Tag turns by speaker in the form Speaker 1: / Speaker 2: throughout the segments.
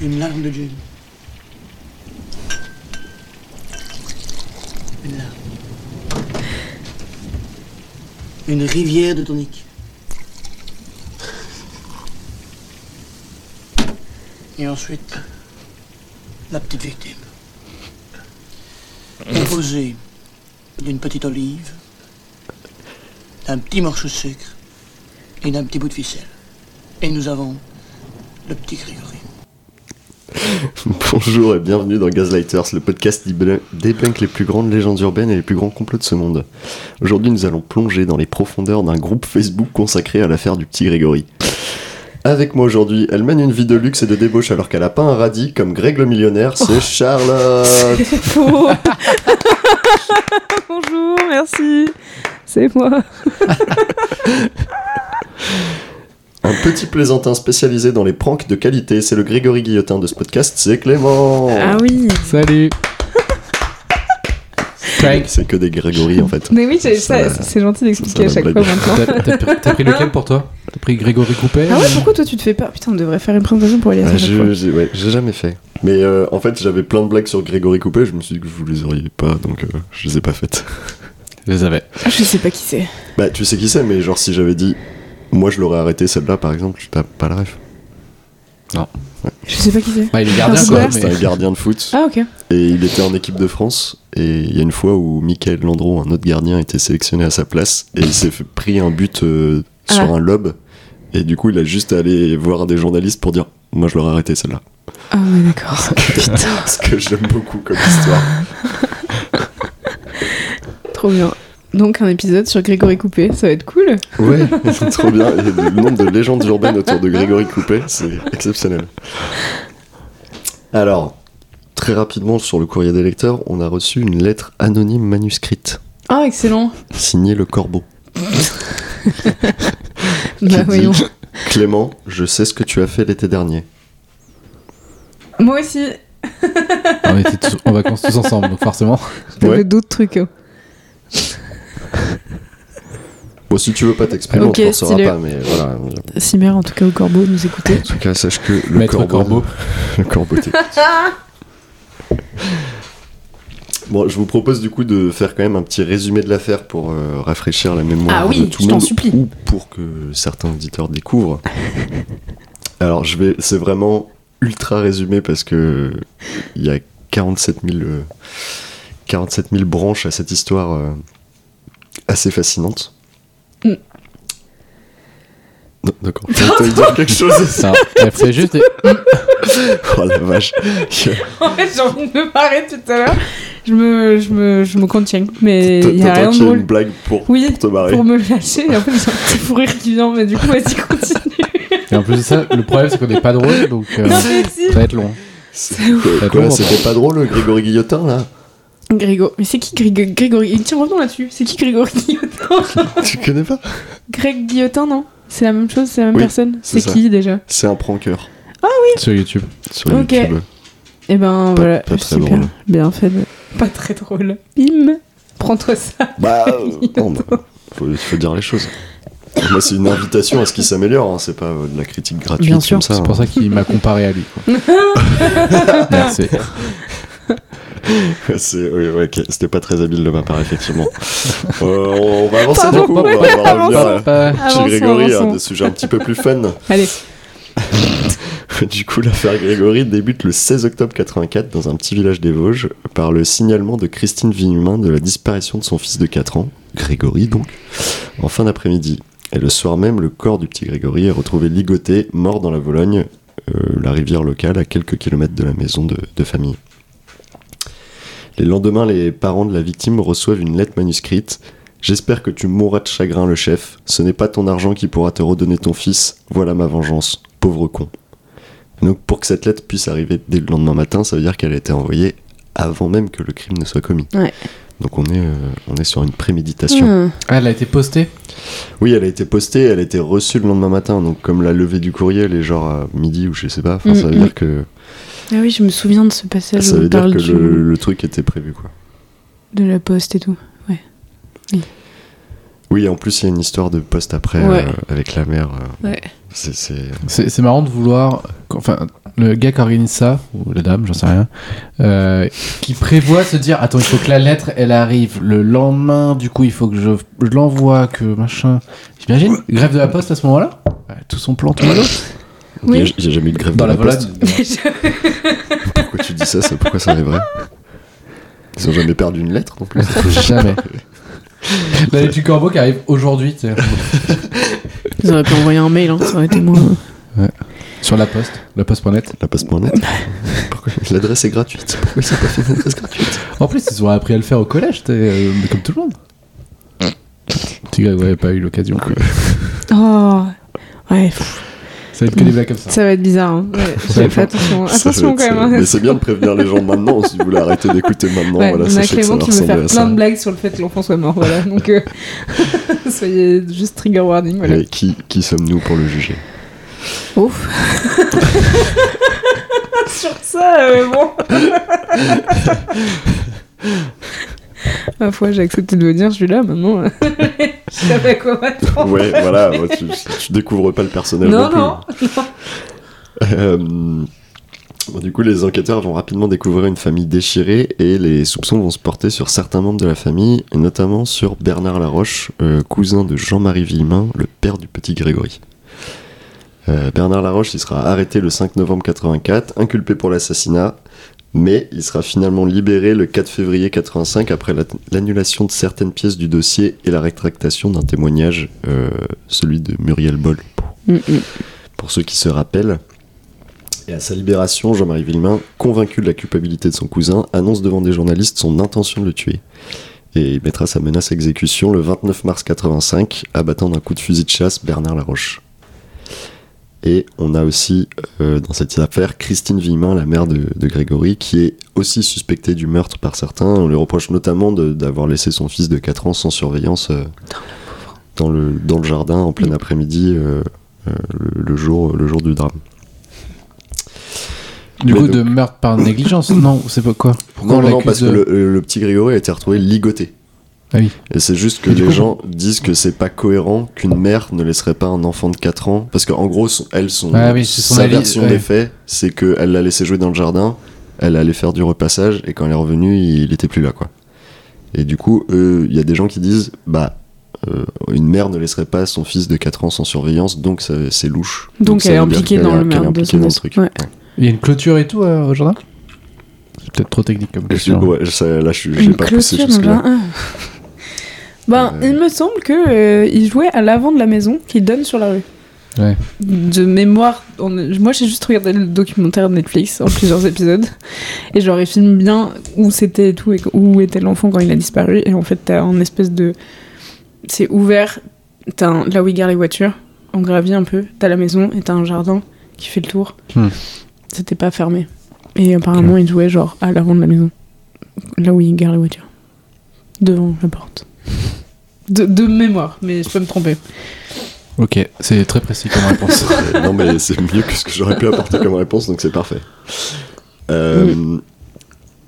Speaker 1: Une larme de gel. Une larme. Une rivière de tonique. Et ensuite, la petite victime. Composée d'une petite olive, d'un petit morceau de sucre et d'un petit bout de ficelle. Et nous avons le petit Grégory.
Speaker 2: Bonjour et bienvenue dans Gaslighters, le podcast qui bla- débunk les plus grandes légendes urbaines et les plus grands complots de ce monde. Aujourd'hui, nous allons plonger dans les profondeurs d'un groupe Facebook consacré à l'affaire du petit Grégory. Avec moi aujourd'hui, elle mène une vie de luxe et de débauche alors qu'elle a pas un radis comme Greg le millionnaire, c'est Charlotte.
Speaker 3: C'est faux. Bonjour, merci. C'est moi.
Speaker 2: Un petit plaisantin spécialisé dans les pranks de qualité, c'est le Grégory Guillotin de ce podcast, c'est Clément.
Speaker 3: Ah oui.
Speaker 4: Salut Craig,
Speaker 2: C'est que des Grégory en fait.
Speaker 3: Mais oui, c'est,
Speaker 2: Ça
Speaker 3: ça,
Speaker 2: va.
Speaker 3: c'est gentil d'expliquer à
Speaker 2: Ça va,
Speaker 3: chaque fois
Speaker 2: blague.
Speaker 3: maintenant.
Speaker 4: t'as t'as pr- t'as pris lequel pour toi T'as pris Grégory Coupet
Speaker 3: Ah ouais, pourquoi toi tu te fais pas Putain, on devrait faire une présentation pour aller à
Speaker 2: Ah,
Speaker 3: chaque fois.
Speaker 2: je- j'ai ouais, j'ai jamais fait. Mais euh, en fait, j'avais plein de blagues sur Grégory Coupé, je me suis dit que vous les auriez pas, donc euh, je les ai pas faites.
Speaker 4: Je les avais.
Speaker 3: Ah, je sais pas qui c'est.
Speaker 2: Bah, tu sais qui c'est, mais genre, si j'avais dit, moi je l'aurais arrêté celle-là par exemple, t'as pas la ref.
Speaker 3: Je sais pas qui c'est.
Speaker 4: Bah, il est gardien,
Speaker 3: Ah,
Speaker 2: C'est
Speaker 4: quoi,
Speaker 2: un-
Speaker 3: super.
Speaker 2: c'est un
Speaker 4: mais...
Speaker 2: gardien de foot,
Speaker 3: Ah ok.
Speaker 2: et il était en équipe de France, et il y a une fois où Michael Landreau, un autre gardien, était sélectionné à sa place, et il s'est fait- pris un but euh, sur
Speaker 3: Ah.
Speaker 2: un lobe, et du coup, il a juste allé voir des journalistes pour dire, moi je l'aurais arrêté celle-là.
Speaker 3: Ah ouais, d'accord. Putain,
Speaker 2: Parce que j'aime beaucoup comme histoire.
Speaker 3: trop bien. Donc un épisode sur Grégory Coupé, ça va être cool.
Speaker 2: Ouais, c'est trop bien. Et le nombre de légendes urbaines autour de Grégory Coupet, c'est exceptionnel. Alors, très rapidement sur le courrier des lecteurs, on a reçu une lettre anonyme manuscrite,
Speaker 3: Ah excellent.
Speaker 2: signée Le Corbeau.
Speaker 3: Bah
Speaker 2: qui dit,
Speaker 3: voyons.
Speaker 2: Clément, je sais ce que tu as fait l'été dernier.
Speaker 3: Moi aussi.
Speaker 4: On était tous en vacances tous ensemble, donc forcément.
Speaker 3: T'as
Speaker 2: Ouais.
Speaker 3: fait d'autres trucs. hein.
Speaker 2: Bon, si tu veux pas t'exprimer,
Speaker 3: Ok,
Speaker 2: on te forcera
Speaker 3: stylé.
Speaker 2: pas, mais voilà.
Speaker 3: Cimer en tout cas au corbeau nous écouter.
Speaker 2: En tout cas, sache que le
Speaker 4: Maître Corbeau.
Speaker 2: Le corbeau t'écoute. Bon, je vous propose du coup de faire quand même un petit résumé de l'affaire pour euh, rafraîchir la mémoire
Speaker 3: Ah oui,
Speaker 2: de tout
Speaker 3: je
Speaker 2: le
Speaker 3: t'en
Speaker 2: monde
Speaker 3: supplie.
Speaker 2: ou pour que certains auditeurs découvrent. Alors, je vais, c'est vraiment ultra résumé parce que il y a 47 000, euh, 47 000 branches à cette histoire euh, assez fascinante.
Speaker 3: Mm.
Speaker 2: Non, D'accord. Je vais te dire quelque chose.
Speaker 4: Ça, elle fait juste des...
Speaker 2: Oh la vache.
Speaker 3: En fait, j'ai envie de me marrer tout à l'heure. Je me, je me, je me contiens. Mais il y a rien
Speaker 2: T'attends
Speaker 3: de
Speaker 2: qu'il y ait
Speaker 3: drôle.
Speaker 2: une blague pour,
Speaker 3: Oui,
Speaker 2: pour te marrer.
Speaker 3: pour me lâcher. Et en fait, j'ai un petit fou rire qui vient, mais du coup, vas-y, continue.
Speaker 4: Et en plus de ça, le problème, c'est qu'on est pas drôle, donc euh,
Speaker 3: non,
Speaker 4: ça
Speaker 3: mais si.
Speaker 4: va être long.
Speaker 2: C'est quoi,
Speaker 4: Attends,
Speaker 2: C'était pas drôle, le Grégory Guillotin, là
Speaker 3: Grégo. Mais c'est qui Grégo- Grégory Tiens, revenons là-dessus. C'est qui Grégory Guillotin
Speaker 2: Tu connais pas
Speaker 3: Greg Guillotin, non C'est la même chose, c'est la même
Speaker 2: Oui,
Speaker 3: personne.
Speaker 2: c'est
Speaker 3: C'est
Speaker 2: ça.
Speaker 3: qui déjà
Speaker 2: C'est un pranker
Speaker 4: Sur YouTube.
Speaker 2: sur
Speaker 3: Ok.
Speaker 2: YouTube.
Speaker 3: Eh ben, voilà.
Speaker 2: pas très
Speaker 3: Super.
Speaker 2: drôle.
Speaker 3: Bien fait. de- Pas très drôle. Bim Prends-toi ça.
Speaker 2: Bah, euh, non, bah, faut, faut dire les choses. Moi, c'est une invitation à ce qu'il s'améliore, hein, c'est pas euh, de la critique gratuite
Speaker 3: Bien sûr.
Speaker 2: comme ça.
Speaker 4: C'est
Speaker 2: hein.
Speaker 4: pour ça qu'il m'a comparé à lui. Quoi. Merci.
Speaker 2: C'est- oui, ouais, ok, C'était pas très habile de ma part, effectivement. Euh, on va avancer
Speaker 3: Pardon,
Speaker 2: du coup, on
Speaker 3: ouais,
Speaker 2: va revenir
Speaker 3: avançons.
Speaker 2: euh,
Speaker 4: Euh,
Speaker 3: Avançons,
Speaker 2: chez Grégory, à
Speaker 3: avançons.
Speaker 2: des sujets un petit peu plus fun.
Speaker 3: Allez.
Speaker 2: Du coup, l'affaire Grégory débute le 16 octobre 84 dans un petit village des Vosges par le signalement de Christine Vignemin de la disparition de son fils de 4 ans, Grégory donc, en fin d'après-midi. Et le soir même, le corps du petit Grégory est retrouvé ligoté, mort dans la Vologne, euh, la rivière locale, à quelques kilomètres de la maison de, de famille. Les lendemains, les parents de la victime reçoivent une lettre manuscrite. J'espère que tu mourras de chagrin, le chef. Ce n'est pas ton argent qui pourra te redonner ton fils. Voilà ma vengeance. Pauvre con. Donc pour que cette lettre puisse arriver dès le lendemain matin, ça veut dire qu'elle a été envoyée avant même que le crime ne soit commis.
Speaker 3: Ouais. Mmh.
Speaker 2: Donc on est, euh, on est sur une préméditation.
Speaker 4: Ah, elle a été postée
Speaker 2: Oui, elle a été postée, elle a été reçue le lendemain matin, donc comme la levée du courrier, elle est genre à midi ou je sais pas, enfin, ça veut
Speaker 3: Mm,
Speaker 2: dire que,
Speaker 3: Ah oui, je me souviens de ce passage
Speaker 2: ça
Speaker 3: où
Speaker 2: veut
Speaker 3: on
Speaker 2: dire
Speaker 3: parle
Speaker 2: que
Speaker 3: du-
Speaker 2: le, le truc était prévu quoi.
Speaker 3: de la poste et tout.
Speaker 2: Oui, en plus il y a une histoire de poste après
Speaker 3: Ouais.
Speaker 2: euh, avec la mère. euh,
Speaker 3: Ouais.
Speaker 2: C'est- c'est-
Speaker 4: C'est c'est marrant de vouloir. Enfin, le gars qui organise ça, ou la dame, j'en sais rien, euh, qui prévoit se dire Attends, il faut que la lettre, elle arrive le lendemain, du coup, il faut que je, je l'envoie, que machin. J'imagine, grève de la poste à ce moment-là Ouais, Tout son plan, tout le
Speaker 2: Il n'y a,
Speaker 3: Oui.
Speaker 2: il y a jamais eu de grève
Speaker 4: Dans
Speaker 2: de
Speaker 4: la
Speaker 2: la,
Speaker 4: volade.
Speaker 2: poste. Pourquoi tu dis ça, ça Pourquoi ça arriverait Ils ont jamais perdu une lettre non plus.
Speaker 4: Jamais. La lettre du corbeau qui arrive aujourd'hui, tu sais,
Speaker 3: Ils auraient pu envoyer un mail, hein, ça aurait été moins.
Speaker 4: sur la poste, la poste.net.
Speaker 2: La passe.net. Pourquoi L'adresse est gratuite. Pourquoi ils ont pas fait une adresse gratuite
Speaker 4: En plus, ils ont appris à le faire au collège, t'es, euh, comme tout le monde. Petit gars, ouais, pas eu l'occasion. quoi.
Speaker 3: Oh. Ouais, pff,
Speaker 4: Ça va être que des blagues comme ça.
Speaker 3: ça va être bizarre. Hein. Ouais,
Speaker 4: Ça va
Speaker 3: fais attention,
Speaker 2: Ça doit
Speaker 3: attention
Speaker 2: être,
Speaker 3: quand même.
Speaker 2: euh,
Speaker 3: hein.
Speaker 2: Mais c'est bien de prévenir les gens de maintenant. Si vous voulez arrêter d'écouter maintenant,
Speaker 3: Ouais,
Speaker 2: voilà,
Speaker 3: on a
Speaker 2: sachez que ça
Speaker 3: Clément
Speaker 2: va
Speaker 3: qui veut
Speaker 2: ressembler
Speaker 3: faire
Speaker 2: à
Speaker 3: plein
Speaker 2: ça.
Speaker 3: de blagues sur le fait que l'enfant soit mort, voilà. Donc, euh, soyez juste trigger warning, voilà.
Speaker 2: Mais qui, qui sommes-nous pour le juger
Speaker 3: Ouf. sur ça, euh, bon. Ma foi, j'ai accepté de venir, je suis là maintenant. euh, je savais à quoi
Speaker 5: Oh.
Speaker 3: m'attendre.
Speaker 2: Ouais, voilà, ouais, tu, tu découvres pas le personnage non,
Speaker 3: Non,
Speaker 2: plus.
Speaker 3: non.
Speaker 2: Euh, bon, du coup, les enquêteurs vont rapidement découvrir une famille déchirée et les soupçons vont se porter sur certains membres de la famille, et notamment sur Bernard Laroche, euh, cousin de Jean-Marie Villemain, le père du petit Grégory. Euh, Bernard Laroche, il sera arrêté le 5 novembre 84, inculpé pour l'assassinat, mais il sera finalement libéré le 4 février 85 après la- l'annulation de certaines pièces du dossier et la rétractation d'un témoignage, euh, celui de Muriel Boll, pour
Speaker 3: Mm, mm.
Speaker 2: pour ceux qui se rappellent. Et à sa libération, Jean-Marie Villemain, convaincu de la culpabilité de son cousin, annonce devant des journalistes son intention de le tuer. Et il mettra sa menace à exécution le 29 mars 85, abattant d'un coup de fusil de chasse Bernard Laroche. Et on a aussi euh, dans cette affaire Christine Villemin, la mère de, de Grégory, qui est aussi suspectée du meurtre par certains. On lui reproche notamment de- d'avoir laissé son fils de 4 ans sans surveillance euh, dans, le, dans le jardin en plein après-midi euh, euh, le, le jour, le jour du drame.
Speaker 4: Du
Speaker 2: Mais
Speaker 4: coup,
Speaker 2: Bah, donc-
Speaker 4: de meurtre par négligence Non, c'est pas quoi Pourquoi
Speaker 2: non,
Speaker 4: on
Speaker 2: non, non,
Speaker 4: l'accuse
Speaker 2: parce
Speaker 4: de-
Speaker 2: que le, le petit Grégory a été retrouvé ligoté.
Speaker 4: Ah oui.
Speaker 2: Et c'est juste que
Speaker 4: Et du
Speaker 2: les
Speaker 4: coup-
Speaker 2: gens disent que c'est pas cohérent qu'une mère ne laisserait pas un enfant de 4 ans. Parce qu'en gros, son- elle, son,
Speaker 4: Ah oui, c'est son
Speaker 2: sa
Speaker 4: avis,
Speaker 2: version
Speaker 4: ouais.
Speaker 2: des faits, c'est qu'elle l'a laissé jouer dans le jardin, elle allait faire du repassage, et quand elle est revenue, il était plus là, quoi. Et du coup, eux, il y a des gens qui disent, bah, euh, une mère ne laisserait pas son fils de 4 ans sans surveillance, donc ça- c'est louche.
Speaker 3: Donc,
Speaker 2: ça
Speaker 3: elle est
Speaker 2: veut dire
Speaker 3: impliquée
Speaker 2: qu'elle
Speaker 3: dans
Speaker 2: est-
Speaker 3: le
Speaker 2: qu'elle est
Speaker 3: meurtre de
Speaker 2: impliquée
Speaker 3: son
Speaker 2: dans le
Speaker 3: ex-
Speaker 2: truc.
Speaker 3: ouais.
Speaker 4: Il y a une clôture et tout euh, au jardin C'est peut-être trop technique comme
Speaker 2: Et je-
Speaker 4: question.
Speaker 2: ouais, ça- là, je suis- j'ai
Speaker 3: Une
Speaker 2: pas poussé
Speaker 3: clôture dans le
Speaker 2: jusque-là.
Speaker 3: jardin. Ben,
Speaker 2: Euh.
Speaker 3: il me semble que euh, il jouait à l'avant de la maison qui donne sur la rue.
Speaker 4: Ouais.
Speaker 3: De mémoire, on- moi j'ai juste regardé le documentaire de Netflix en plusieurs épisodes et genre il filme bien où c'était et tout et où était l'enfant quand il a disparu et en fait t'as un espèce de c'est ouvert, t'as un- là où ils garent les voitures, on gravit un peu, t'as la maison et t'as un jardin qui fait le tour.
Speaker 4: Hmm.
Speaker 3: C'était pas fermé et apparemment il jouait genre à l'avant de la maison là où il gare les voitures. Devant la porte. De, de mémoire, mais je peux me tromper.
Speaker 4: Ok, c'est très précis comme réponse.
Speaker 2: Euh, non, mais c'est mieux que ce que j'aurais pu apporter comme réponse, donc c'est parfait. Euh,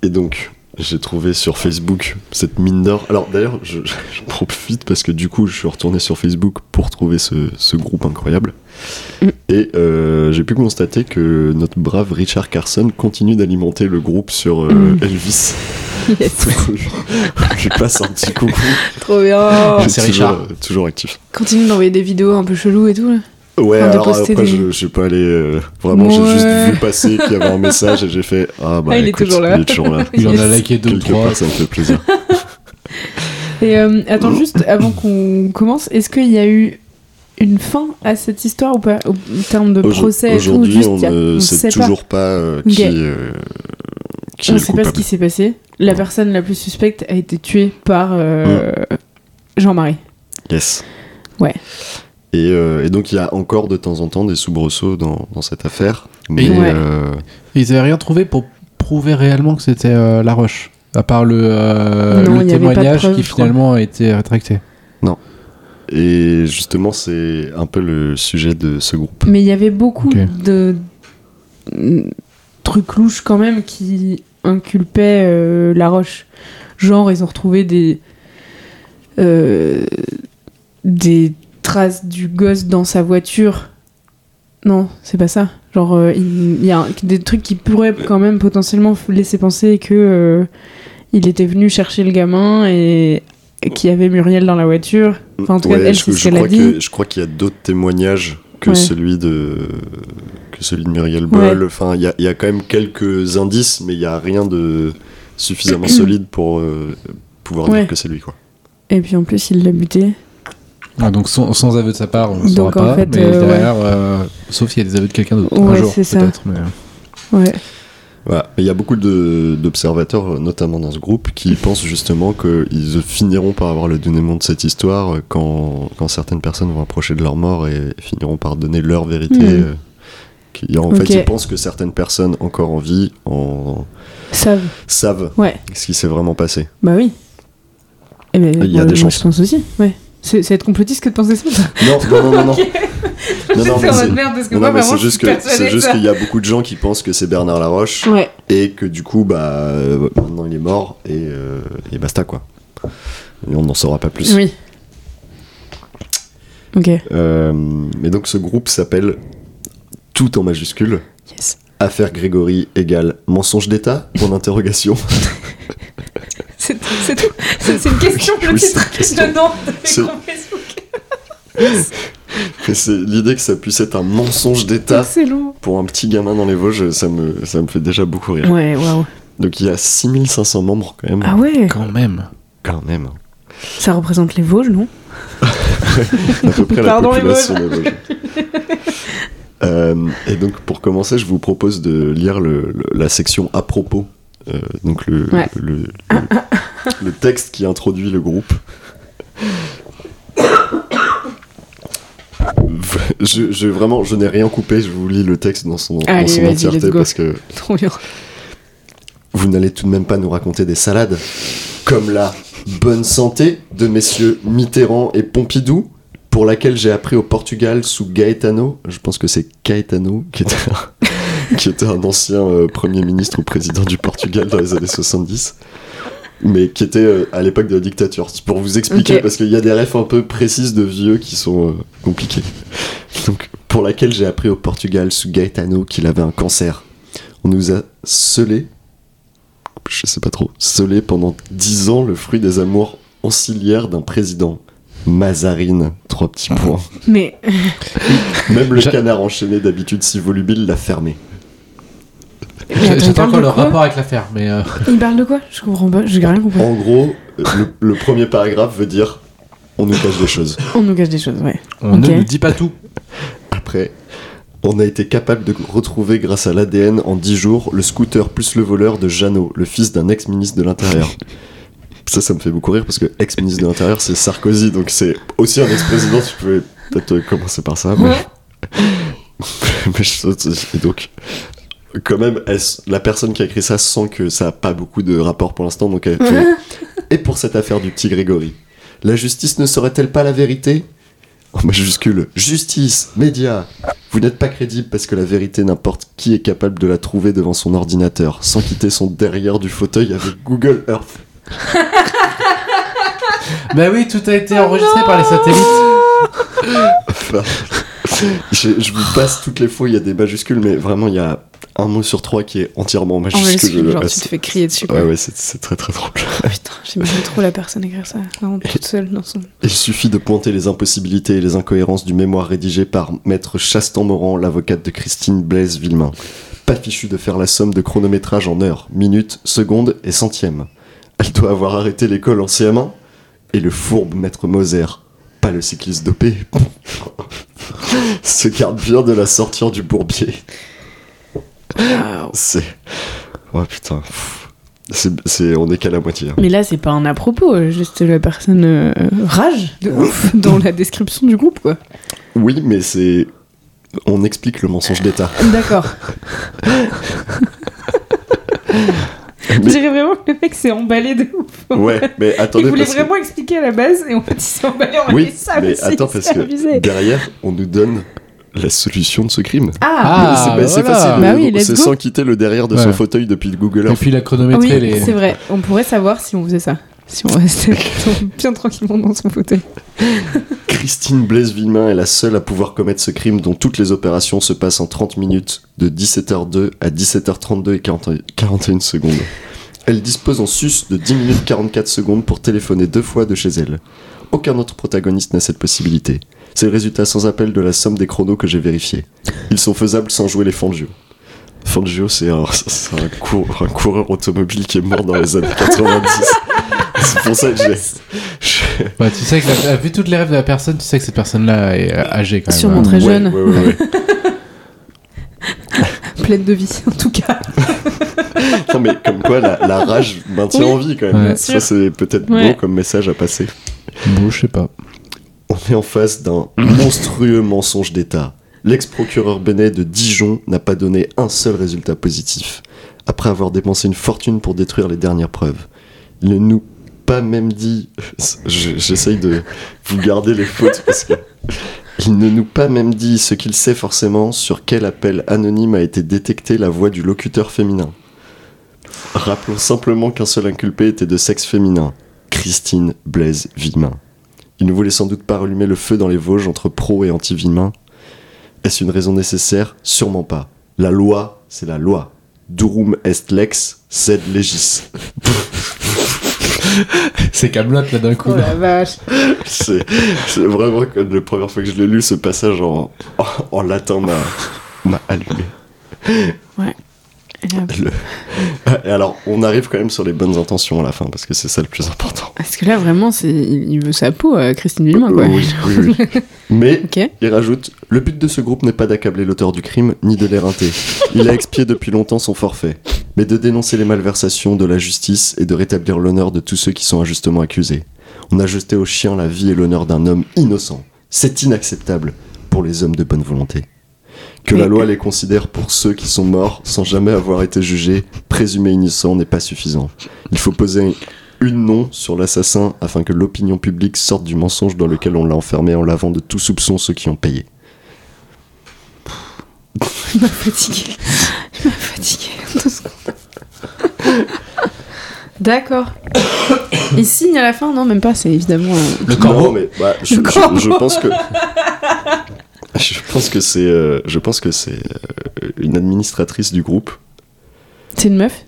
Speaker 2: Et donc, j'ai trouvé sur Facebook cette mine d'or. Alors, d'ailleurs, je, je- je profite parce que du coup, je suis retourné sur Facebook pour trouver ce, ce groupe incroyable.
Speaker 3: Mm.
Speaker 2: Et euh, j'ai pu constater que notre brave Richard Carson continue d'alimenter le groupe sur euh,
Speaker 3: Mm.
Speaker 2: Elvis.
Speaker 3: Yes.
Speaker 2: je passe un petit coucou.
Speaker 3: Trop bien.
Speaker 2: Je
Speaker 4: c'est
Speaker 2: suis toujours- euh,
Speaker 4: Richard.
Speaker 2: toujours actif.
Speaker 3: Continue d'envoyer des vidéos un peu cheloues et tout. là.
Speaker 2: Ouais,
Speaker 3: Enfin, de
Speaker 2: alors
Speaker 3: poster
Speaker 2: après,
Speaker 3: des-
Speaker 2: je, je suis pas allé. euh, vraiment, j'ai
Speaker 3: Ouais.
Speaker 2: juste vu passer qu'il y avait un message et j'ai fait Ah, bah,
Speaker 3: Ah, il est
Speaker 2: écoute,
Speaker 3: toujours là.
Speaker 2: Il est toujours là.
Speaker 4: Il en a
Speaker 3: Yes.
Speaker 4: liké deux ou
Speaker 2: Quelque
Speaker 4: trois.
Speaker 2: part, ça me fait plaisir.
Speaker 3: Et euh, attends, juste avant qu'on commence, est-ce qu'il y a eu une fin à cette histoire ou pas Au terme de
Speaker 2: Aujo-
Speaker 3: procès et tout
Speaker 2: Aujourd'hui,
Speaker 3: juste,
Speaker 2: on
Speaker 3: il y a-
Speaker 2: ne sait
Speaker 3: sait
Speaker 2: toujours pas, euh, qui,
Speaker 3: Ok.
Speaker 2: euh, qui est
Speaker 3: pas. On
Speaker 2: le
Speaker 3: sait pas ce
Speaker 2: coupable.
Speaker 3: qui s'est passé. La
Speaker 2: Non.
Speaker 3: personne la plus suspecte a été tuée par euh,
Speaker 2: Mm.
Speaker 3: Jean-Marie.
Speaker 2: Yes.
Speaker 3: Ouais.
Speaker 2: Et, euh, et donc, il y a encore de temps en temps des soubresauts dans, dans cette affaire. Mais
Speaker 3: Ouais.
Speaker 2: euh,
Speaker 4: Ils avaient rien trouvé pour prouver réellement que c'était euh, La Roche. À part le, euh,
Speaker 3: Non,
Speaker 4: le
Speaker 3: il y avait pas de
Speaker 4: témoignage
Speaker 3: preuve,
Speaker 4: qui
Speaker 3: je crois.
Speaker 4: finalement a été rétracté.
Speaker 2: et justement, c'est un peu le sujet de ce groupe.
Speaker 3: Mais il y avait beaucoup
Speaker 4: Ok.
Speaker 3: de de trucs louches quand même qui inculpaient euh, la roche. Genre, ils ont retrouvé des euh, des traces du gosse dans sa voiture Non, c'est pas ça. Genre, euh, il il y a un- des trucs qui pourraient quand même potentiellement f- laisser penser que euh, il était venu chercher le gamin et et qu'il y avait Muriel dans la voiture. Enfin, en tout cas,
Speaker 2: Ouais,
Speaker 3: elle,
Speaker 2: je,
Speaker 3: c'est ce
Speaker 2: je
Speaker 3: qu'elle a
Speaker 2: crois
Speaker 3: dit.
Speaker 2: que, je crois qu'il y a d'autres témoignages que
Speaker 3: Ouais.
Speaker 2: celui de que celui de Muriel Boll. Enfin, il y a, il y a quand même quelques indices, mais il y a rien de suffisamment solide pour euh, pouvoir
Speaker 3: Ouais.
Speaker 2: dire que c'est lui, quoi.
Speaker 3: Et puis en plus, il l'a buté.
Speaker 4: Ah, donc sans, sans aveu de sa part, on ne saura
Speaker 3: Donc, en
Speaker 4: pas.
Speaker 3: fait,
Speaker 4: mais
Speaker 3: euh,
Speaker 4: derrière, euh, sauf s'il y a des aveux de quelqu'un d'autre. un
Speaker 3: Ouais,
Speaker 4: jour,
Speaker 3: c'est ça.
Speaker 4: peut-être. mais- euh,
Speaker 3: Ouais.
Speaker 2: Voilà. Mais Il y a beaucoup de- d'observateurs, euh, notamment dans ce groupe,
Speaker 3: Mm.
Speaker 2: qui pensent justement qu'ils finiront par avoir le dénouement de cette histoire euh, quand, quand certaines personnes vont approcher de leur mort et finiront par donner leur vérité.
Speaker 3: Mhm.
Speaker 2: euh, qui- en
Speaker 3: Ok.
Speaker 2: fait, ils pensent que certaines personnes encore en vie en-
Speaker 3: Savent.
Speaker 2: savent
Speaker 3: Ouais.
Speaker 2: ce qui s'est vraiment passé.
Speaker 3: Bah oui. Et ben,
Speaker 2: Il y a
Speaker 3: moi,
Speaker 2: des
Speaker 3: moi,
Speaker 2: chances.
Speaker 3: Je pense aussi. Ouais. C'est c'est être complotiste que de penser ça.
Speaker 2: Non, non, non, non, non. Non,
Speaker 3: Je
Speaker 2: non,
Speaker 3: sais
Speaker 2: mais
Speaker 3: en
Speaker 2: c'est-
Speaker 3: mode merde, parce que
Speaker 2: Non,
Speaker 3: moi,
Speaker 2: non, mais
Speaker 3: vraiment,
Speaker 2: c'est
Speaker 3: je
Speaker 2: juste que-
Speaker 3: suis
Speaker 2: c'est
Speaker 3: persuadée
Speaker 2: juste
Speaker 3: que
Speaker 2: qu'il y a beaucoup de gens qui pensent que c'est Bernard Laroche
Speaker 3: ça- Ouais.
Speaker 2: et que du coup, bah, euh, maintenant il est mort et, euh, et basta quoi. Et on n'en saura pas plus.
Speaker 3: Oui. Ok.
Speaker 2: Euh, mais donc ce groupe s'appelle tout en majuscule.
Speaker 3: Yes.
Speaker 2: Affaire Grégory égale mensonge d'État Point d'interrogation.
Speaker 3: C'est c'est tout. C'est c'est une question,
Speaker 2: Oui,
Speaker 3: le
Speaker 2: c'est
Speaker 3: titre.
Speaker 2: une question.
Speaker 3: Le nom de mes
Speaker 2: C'est-
Speaker 3: grands Facebook.
Speaker 2: Et c'est l'idée que ça puisse être un mensonge d'État
Speaker 3: Excellent.
Speaker 2: pour un petit gamin dans les Vosges, ça me, ça me fait déjà beaucoup rire.
Speaker 3: Ouais, waouh.
Speaker 2: Donc il y a 6500 membres quand même.
Speaker 3: Ah ouais
Speaker 4: Quand même.
Speaker 2: Quand même. hein.
Speaker 3: Ça représente les Vosges, non
Speaker 2: à peu près la
Speaker 3: Pardon, les
Speaker 2: population des Vosges. Euh, et donc pour commencer, je vous propose de lire le- le- la section à propos, euh, donc le,
Speaker 3: Ouais.
Speaker 2: le, le- le texte qui introduit le groupe. Je, je- vraiment, je n'ai rien coupé. Je vous lis le texte dans son, dans
Speaker 3: Allez,
Speaker 2: son
Speaker 3: vas-y,
Speaker 2: entièreté
Speaker 3: let's go.
Speaker 2: parce que
Speaker 3: Trop bien.
Speaker 2: vous n'allez tout de même pas nous raconter des salades comme la bonne santé de messieurs Mitterrand et Pompidou, pour laquelle j'ai appris au Portugal sous Gaetano, je pense que c'est Caetano qui était un, qui était un ancien euh, premier ministre ou président du Portugal dans les années 70. Mais qui était euh, à l'époque de la dictature. C'est Pour vous expliquer,
Speaker 3: Ok.
Speaker 2: parce qu'il y a des refs un peu précises de vieux qui sont euh, compliqués. Donc, pour laquelle j'ai appris au Portugal sous Gaetano qu'il avait un cancer. On nous a scellé, je sais pas trop, scellé pendant 10 ans le fruit des amours anciliaires d'un président. Mazarine, trois petits points.
Speaker 3: Mais
Speaker 2: Même le
Speaker 4: J'a-
Speaker 2: canard enchaîné d'habitude si volubile l'a fermé.
Speaker 3: Mais attends, il
Speaker 4: J'attends
Speaker 3: parle de
Speaker 4: encore le
Speaker 3: quoi
Speaker 4: rapport avec l'affaire, mais. euh,
Speaker 3: il parle de quoi Je comprends pas, j'ai rien compris.
Speaker 2: En gros, euh, le, le premier paragraphe veut dire on nous cache des choses.
Speaker 3: On nous cache des choses, ouais.
Speaker 4: On
Speaker 3: Ok.
Speaker 4: ne nous dit pas tout.
Speaker 2: Après, on a été capable de retrouver grâce à l'ADN en 10 jours le scooter plus le voleur de Jeannot, le fils d'un ex-ministre de l'Intérieur. Ça, ça me fait beaucoup rire parce que ex-ministre de l'Intérieur, c'est Sarkozy, donc c'est aussi un ex-président. Tu pouvais peut-être euh, commencer par ça. Mais... mais je saute. Et donc, quand même, est-ce- la personne qui a écrit ça sent que ça n'a pas beaucoup de rapport pour l'instant, donc elle fait. Et pour cette affaire du petit Grégory, la justice ne serait-elle pas la vérité En majuscule, justice, médias, vous n'êtes pas crédible parce que la vérité, n'importe qui est capable de la trouver devant son ordinateur, sans quitter son derrière du fauteuil avec Google Earth.
Speaker 4: bah oui, tout a été enregistré par les satellites.
Speaker 2: Enfin, je, je vous passe toutes les fois, il y a des majuscules, mais vraiment, il y a un mot sur trois qui est entièrement en
Speaker 3: En
Speaker 2: majuscule.
Speaker 3: vrai,
Speaker 2: le
Speaker 3: genre, tu
Speaker 2: reste.
Speaker 3: te fais crier dessus. quoi.
Speaker 2: Ouais, ouais, c'est- c'est très très drôle.
Speaker 3: Putain, j'imagine trop la personne écrire ça, vraiment toute seule dans son.
Speaker 2: Il suffit de pointer les impossibilités et les incohérences du mémoire rédigé par Maître Chastan-Moran, l'avocate de Christine Blaise-Villemain. Pas fichu de faire la somme de chronométrage en heures, minutes, secondes et centièmes. Elle doit avoir arrêté l'école en CM1 et le fourbe Maître Moser, pas le cycliste dopé, se garde bien de la sortir du bourbier.
Speaker 3: Waouh.
Speaker 2: C'est... Oh putain. pff. C'est, c'est- On est qu'à la moitié. hein.
Speaker 3: Mais là, c'est pas un à propos, juste la personne euh, rage de ouf dans la description du groupe, quoi.
Speaker 2: Oui, mais c'est... On explique le mensonge d'État.
Speaker 3: D'accord. Je dirais vraiment que le mec s'est emballé de ouf.
Speaker 2: Ouais, mais
Speaker 3: Il
Speaker 2: attendez,
Speaker 3: voulait
Speaker 2: parce que...
Speaker 3: vraiment expliquer à la base et en fait il s'est emballé en
Speaker 2: Oui,
Speaker 3: mode, ça
Speaker 2: mais
Speaker 3: aussi,
Speaker 2: attends,
Speaker 3: c'est
Speaker 2: parce que
Speaker 3: abusé.
Speaker 2: derrière, on nous donne la solution de ce crime.
Speaker 3: Ah,
Speaker 4: Ah,
Speaker 2: Mais c'est
Speaker 4: voilà.
Speaker 2: facile,
Speaker 3: Bah
Speaker 2: euh,
Speaker 3: oui, let's
Speaker 2: c'est
Speaker 3: go.
Speaker 2: sans quitter le derrière de son
Speaker 4: Ouais.
Speaker 2: fauteuil depuis le Google
Speaker 4: Et
Speaker 2: Earth.
Speaker 4: puis la chronométrie,
Speaker 3: oui,
Speaker 4: les.
Speaker 3: c'est vrai. On pourrait savoir si on faisait ça. si on restait bien tranquillement dans son fauteuil.
Speaker 2: Christine Blaise Villemin est la seule à pouvoir commettre ce crime dont toutes les opérations se passent en 30 minutes de 17h02 à 17h32 et 40 41 secondes. Elle dispose en sus de 10 minutes 44 secondes pour téléphoner deux fois de chez elle. Aucun autre protagoniste n'a cette possibilité. C'est le résultat sans appel de la somme des chronos que j'ai vérifiés. Ils sont faisables sans jouer les Fangio. Fangio, c'est un, c'est un cour- un coureur automobile qui est mort dans les années 90. C'est pour ça que j'ai... je-
Speaker 4: Ouais, tu sais que la- vu toutes les rêves de la personne, tu sais que cette personne-là est euh, âgée quand même.
Speaker 3: Sûrement très
Speaker 2: Ouais,
Speaker 3: jeune.
Speaker 2: ouais, ouais, ouais.
Speaker 3: Pleine de vie, en tout cas.
Speaker 2: Non, mais comme quoi la, la rage maintient
Speaker 3: Oui,
Speaker 2: en vie quand même.
Speaker 4: bien
Speaker 2: Ça, c'est peut-être
Speaker 3: Ouais.
Speaker 2: bon comme message à passer.
Speaker 4: Bon, je sais pas.
Speaker 2: On est en face d'un monstrueux mensonge d'État. L'ex-procureur Benet de Dijon n'a pas donné un seul résultat positif, après avoir dépensé une fortune pour détruire les dernières preuves. Il ne nous pas même dit... Je- J'essaye de vous garder les fautes parce que... Il ne nous pas même dit ce qu'il sait forcément sur quel appel anonyme a été détectée la voix du locuteur féminin. Rappelons simplement qu'un seul inculpé était de sexe féminin, Christine Blaise Villemin. Il ne voulait sans doute pas rallumer le feu dans les Vosges entre pro et anti-Villemin. Est-ce une raison nécessaire Sûrement pas. La loi, c'est la loi. Durum est lex, sed legis.
Speaker 4: C'est Camelot là d'un coup.
Speaker 3: Oh la vache.
Speaker 2: C'est c'est vraiment comme la première fois que je l'ai lu, ce passage en, en, en latin m'a m'a allumé.
Speaker 3: Ah,
Speaker 2: Le- Et alors, on arrive quand même sur les bonnes intentions à la fin, parce que c'est ça le plus important.
Speaker 3: Parce que là, vraiment, c'est... il il veut sa peau, euh, Christine Villemin, quoi.
Speaker 2: Oui, oui, oui. Mais
Speaker 3: Ok.
Speaker 2: Il rajoute Le but de ce groupe n'est pas d'accabler l'auteur du crime ni de l'éreinter. Il a expié depuis longtemps son forfait, mais de dénoncer les malversations de la justice et de rétablir l'honneur de tous ceux qui sont injustement accusés. On a jeté au chien la vie et l'honneur d'un homme innocent. C'est inacceptable pour les hommes de bonne volonté. Que la
Speaker 3: Mais-
Speaker 2: loi les considère pour ceux qui sont morts sans jamais avoir été jugés, présumés innocents n'est pas suffisant. Il faut poser une non sur l'assassin afin que l'opinion publique sorte du mensonge dans lequel on l'a enfermé en lavant de tout soupçon ceux qui ont payé.
Speaker 3: Il m'a fatigué. Il m'a fatigué. Deux secondes. D'accord. Il signe à la fin Non, même pas, c'est évidemment. euh,
Speaker 4: Le
Speaker 2: Non, mais bah, je,
Speaker 3: Le
Speaker 2: je-
Speaker 3: corbeau.
Speaker 2: je pense que je pense que c'est euh, je pense que c'est euh, une administratrice du groupe.
Speaker 3: C'est une meuf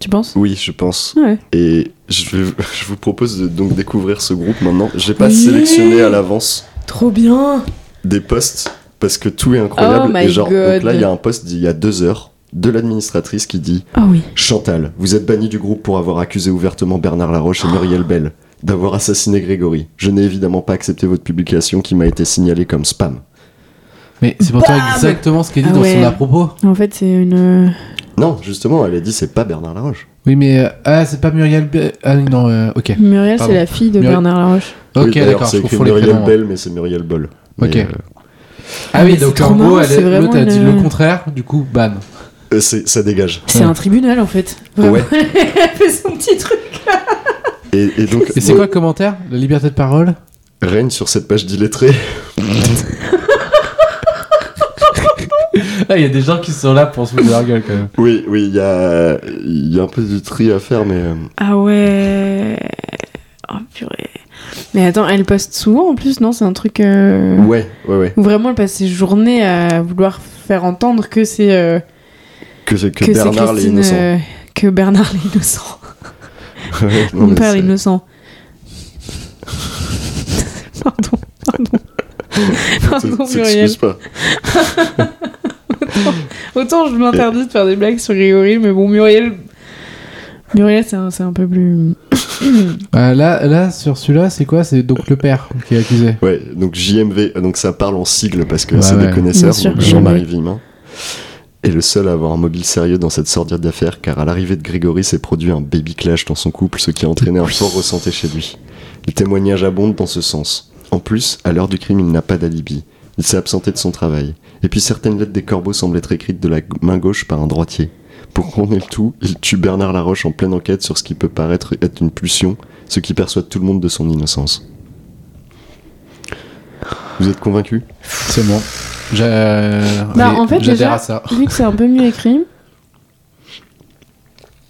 Speaker 3: Tu penses
Speaker 2: Oui, je pense.
Speaker 3: Ouais.
Speaker 2: Et je, vais- je vous propose de donc découvrir ce groupe maintenant. J'ai pas
Speaker 3: Oui.
Speaker 2: sélectionné à l'avance
Speaker 3: Trop bien
Speaker 2: des postes parce que tout est incroyable
Speaker 3: Oh my
Speaker 2: et genre donc là
Speaker 3: God.
Speaker 2: il y a un poste d'il y a deux heures de l'administratrice qui dit
Speaker 3: Ah oui.
Speaker 2: Chantal, vous êtes banni du groupe pour avoir accusé ouvertement Bernard Laroche et Muriel Bell d'avoir assassiné Grégory. Je n'ai évidemment pas accepté votre publication qui m'a été signalée comme spam.
Speaker 4: Mais c'est pourtant
Speaker 3: Bam
Speaker 4: exactement ce qu'elle dit
Speaker 3: Ah
Speaker 4: dans
Speaker 3: ouais.
Speaker 4: son à-propos.
Speaker 3: En fait, c'est une. euh,
Speaker 2: Non, justement, elle a dit c'est pas Bernard Laroche.
Speaker 4: Oui, mais. euh, ah, c'est pas Muriel. Be- Ah, non, euh, ok.
Speaker 3: Muriel,
Speaker 4: Pardon.
Speaker 3: c'est la fille de
Speaker 4: Muriel-
Speaker 3: Bernard Laroche.
Speaker 2: Oui,
Speaker 4: Ok,
Speaker 2: d'ailleurs,
Speaker 4: d'accord,
Speaker 2: c'est
Speaker 4: je
Speaker 2: écrit
Speaker 4: confonds les
Speaker 2: Muriel
Speaker 4: prénoms. hein.
Speaker 2: Bell, mais c'est Muriel Boll. Mais,
Speaker 4: Ok.
Speaker 2: euh,
Speaker 4: Ah oui,
Speaker 3: Mais
Speaker 4: donc
Speaker 3: c'est
Speaker 4: en
Speaker 3: trop
Speaker 4: gros,
Speaker 3: marrant,
Speaker 4: elle
Speaker 3: c'est
Speaker 4: est- l'autre a
Speaker 3: vraiment
Speaker 4: dit
Speaker 3: une-
Speaker 4: le contraire, du coup, ban.
Speaker 2: euh, c'est- ça dégage.
Speaker 3: C'est
Speaker 4: Ouais.
Speaker 3: un tribunal, en fait. Vraiment.
Speaker 2: Ouais.
Speaker 3: Elle fait son petit truc.
Speaker 2: Et, et donc,
Speaker 4: Et c'est
Speaker 2: bon,
Speaker 4: quoi le commentaire La liberté de parole
Speaker 2: règne sur cette page d'illettrés.
Speaker 4: Ah, il y a des gens qui sont là pour se foutre de leur gueule quand même.
Speaker 2: Oui, oui, il y a, il y a un peu du tri à faire, mais euh,
Speaker 3: Ah ouais. Oh purée. Mais attends, elle poste souvent en plus, non C'est un truc. euh,
Speaker 2: ouais, ouais, ouais.
Speaker 3: Où vraiment elle passe ses journées à vouloir faire entendre que c'est. euh,
Speaker 2: Que, c'est- que
Speaker 3: que c'est
Speaker 2: Bernard
Speaker 3: Christine.
Speaker 2: l'innocent.
Speaker 3: euh, que Bernard l'innocent.
Speaker 2: Ouais, non,
Speaker 3: Mon
Speaker 2: mais
Speaker 3: père
Speaker 2: c'est-
Speaker 3: l'innocent. pardon, pardon. pardon,
Speaker 2: c'est-
Speaker 3: Muriel.
Speaker 2: T'excuses pas.
Speaker 3: Autant je m'interdis de faire des blagues sur Grégory, mais bon, Muriel. Muriel, c'est un, c'est un peu plus.
Speaker 4: Ah, là, là, sur celui-là, c'est quoi C'est donc le père qui est accusé.
Speaker 2: Ouais, donc JMV, euh, donc ça parle en sigle parce que
Speaker 4: Ouais,
Speaker 2: c'est
Speaker 4: ouais.
Speaker 2: des connaisseurs,
Speaker 3: Bien sûr,
Speaker 2: donc Jean-Marie
Speaker 3: JMV.
Speaker 2: Villemin est le seul à avoir un mobile sérieux dans cette sordière d'affaires car à l'arrivée de Grégory s'est produit un baby clash dans son couple, ce qui a entraîné un fort ressenti chez lui. Les témoignages abondent dans ce sens. En plus, à l'heure du crime, il n'a pas d'alibi. Il s'est absenté de son travail. Et puis certaines lettres des corbeaux semblent être écrites de la main gauche par un droitier. Pour couronner le tout, il tue Bernard Laroche en pleine enquête sur ce qui peut paraître être une pulsion, ce qui persuade tout le monde de son innocence. Vous êtes convaincu
Speaker 4: C'est bon. J'a-
Speaker 3: Bah,
Speaker 4: Allez,
Speaker 3: en fait,
Speaker 4: j'adhère
Speaker 3: déjà-
Speaker 4: à ça.
Speaker 3: Vu que c'est un peu mieux écrit.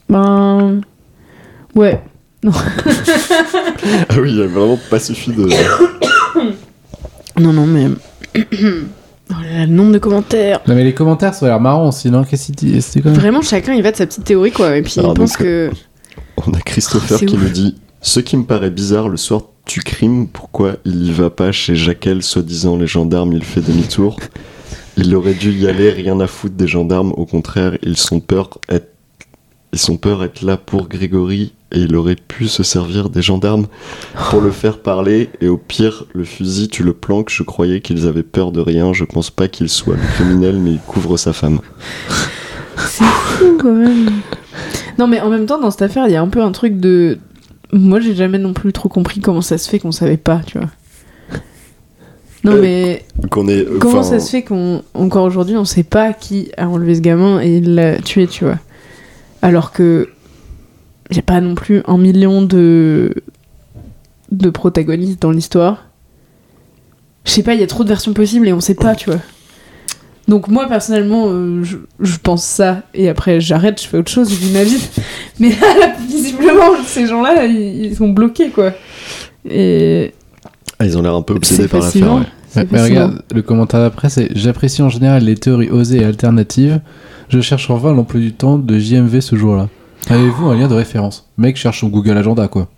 Speaker 3: Ben. Ouais.
Speaker 2: Ah oui, il a vraiment pas suffi de.
Speaker 3: Non, non, mais. oh là là, le nombre de commentaires.
Speaker 4: Non, mais les commentaires, ça a l'air marrant sinon. Qu'est-ce qu'il dit C'était quand même.
Speaker 3: Vraiment, chacun il va de sa petite théorie, quoi. Et puis
Speaker 2: Alors,
Speaker 3: il pense
Speaker 2: donc,
Speaker 3: que.
Speaker 2: On a Christopher
Speaker 3: Oh, c'est
Speaker 2: qui
Speaker 3: ouf.
Speaker 2: nous dit Ce qui me paraît bizarre, le soir tu crimes, pourquoi il y va pas chez Jaquel, soi-disant les gendarmes, il fait demi-tour Il aurait dû y aller, rien à foutre des gendarmes, au contraire, ils sont peur être. Ils sont peur être là pour Grégory et il aurait pu se servir des gendarmes pour le faire parler et au pire le fusil tu le planques je croyais qu'ils avaient peur de rien je pense pas qu'il soit le criminel mais il couvre sa femme
Speaker 3: C'est fou quand même. Non, mais en même temps, dans cette affaire, il y a un peu un truc de. Moi, j'ai jamais non plus trop compris comment ça se fait qu'on savait pas, tu vois. Non,
Speaker 2: Euh,
Speaker 3: mais
Speaker 2: qu'on est
Speaker 3: comment
Speaker 2: enfin,
Speaker 3: ça se fait qu'on, encore aujourd'hui, on sait pas qui a enlevé ce gamin et l'a tué, tu vois. Alors que. Il n'y a pas non plus un million de. de protagonistes dans l'histoire. Je sais pas, il y a trop de versions possibles et on sait pas, tu vois. Donc moi personnellement, euh, je, je pense ça et après j'arrête, je fais autre chose, je vis ma vie. Mais là, là, visiblement, ces gens-là, ils, ils sont bloqués quoi. Et
Speaker 2: ah, ils ont l'air un peu obsédés
Speaker 3: c'est
Speaker 2: par l'affaire
Speaker 3: fascinant.
Speaker 2: ouais.
Speaker 3: C'est hein.
Speaker 4: Mais- mais
Speaker 3: fascinant.
Speaker 4: regarde, le commentaire d'après, c'est J'apprécie en général les théories osées et alternatives. Je cherche enfin l'emploi du temps de JMV ce jour-là. Avez-vous un lien de référence Mec cherche son Google Agenda, quoi.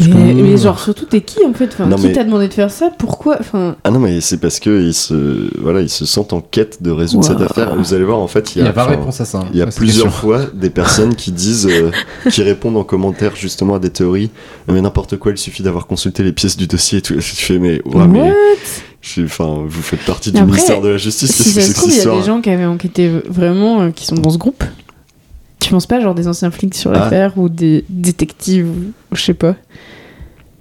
Speaker 3: Mais,
Speaker 4: que-
Speaker 3: mais genre surtout t'es qui en fait enfin,
Speaker 2: Non,
Speaker 3: Qui
Speaker 2: mais-
Speaker 3: t'a demandé de faire ça Pourquoi Enfin,
Speaker 2: Ah non, mais c'est parce que ils se, voilà, ils se sentent en quête de résoudre
Speaker 3: Ouah.
Speaker 2: cette affaire. Vous allez voir, en fait, il
Speaker 4: Il
Speaker 2: y
Speaker 4: n'y
Speaker 2: a,
Speaker 4: a pas
Speaker 2: enfin,
Speaker 4: réponse à ça. hein,
Speaker 2: il y a
Speaker 4: à cette
Speaker 2: plusieurs
Speaker 4: question.
Speaker 2: fois des personnes qui disent, euh, qui répondent en commentaire justement à des théories. Mais n'importe quoi, il suffit d'avoir consulté les pièces du dossier et tout. Je fais, mais, ouais, mais,
Speaker 3: what
Speaker 2: je suis- enfin, vous faites partie
Speaker 3: Mais
Speaker 2: du
Speaker 3: après,
Speaker 2: ministère de la Justice.
Speaker 3: Si
Speaker 2: Qu'est-ce que
Speaker 3: ça
Speaker 2: c'est
Speaker 3: se
Speaker 2: que
Speaker 3: trouve,
Speaker 2: cette
Speaker 3: il y a
Speaker 2: histoire
Speaker 3: des gens qui avaient enquêté v- vraiment, euh, qui sont dans ce groupe. Tu penses pas genre des anciens flics sur
Speaker 2: Ah.
Speaker 3: l'affaire ou des détectives ou ou je sais pas.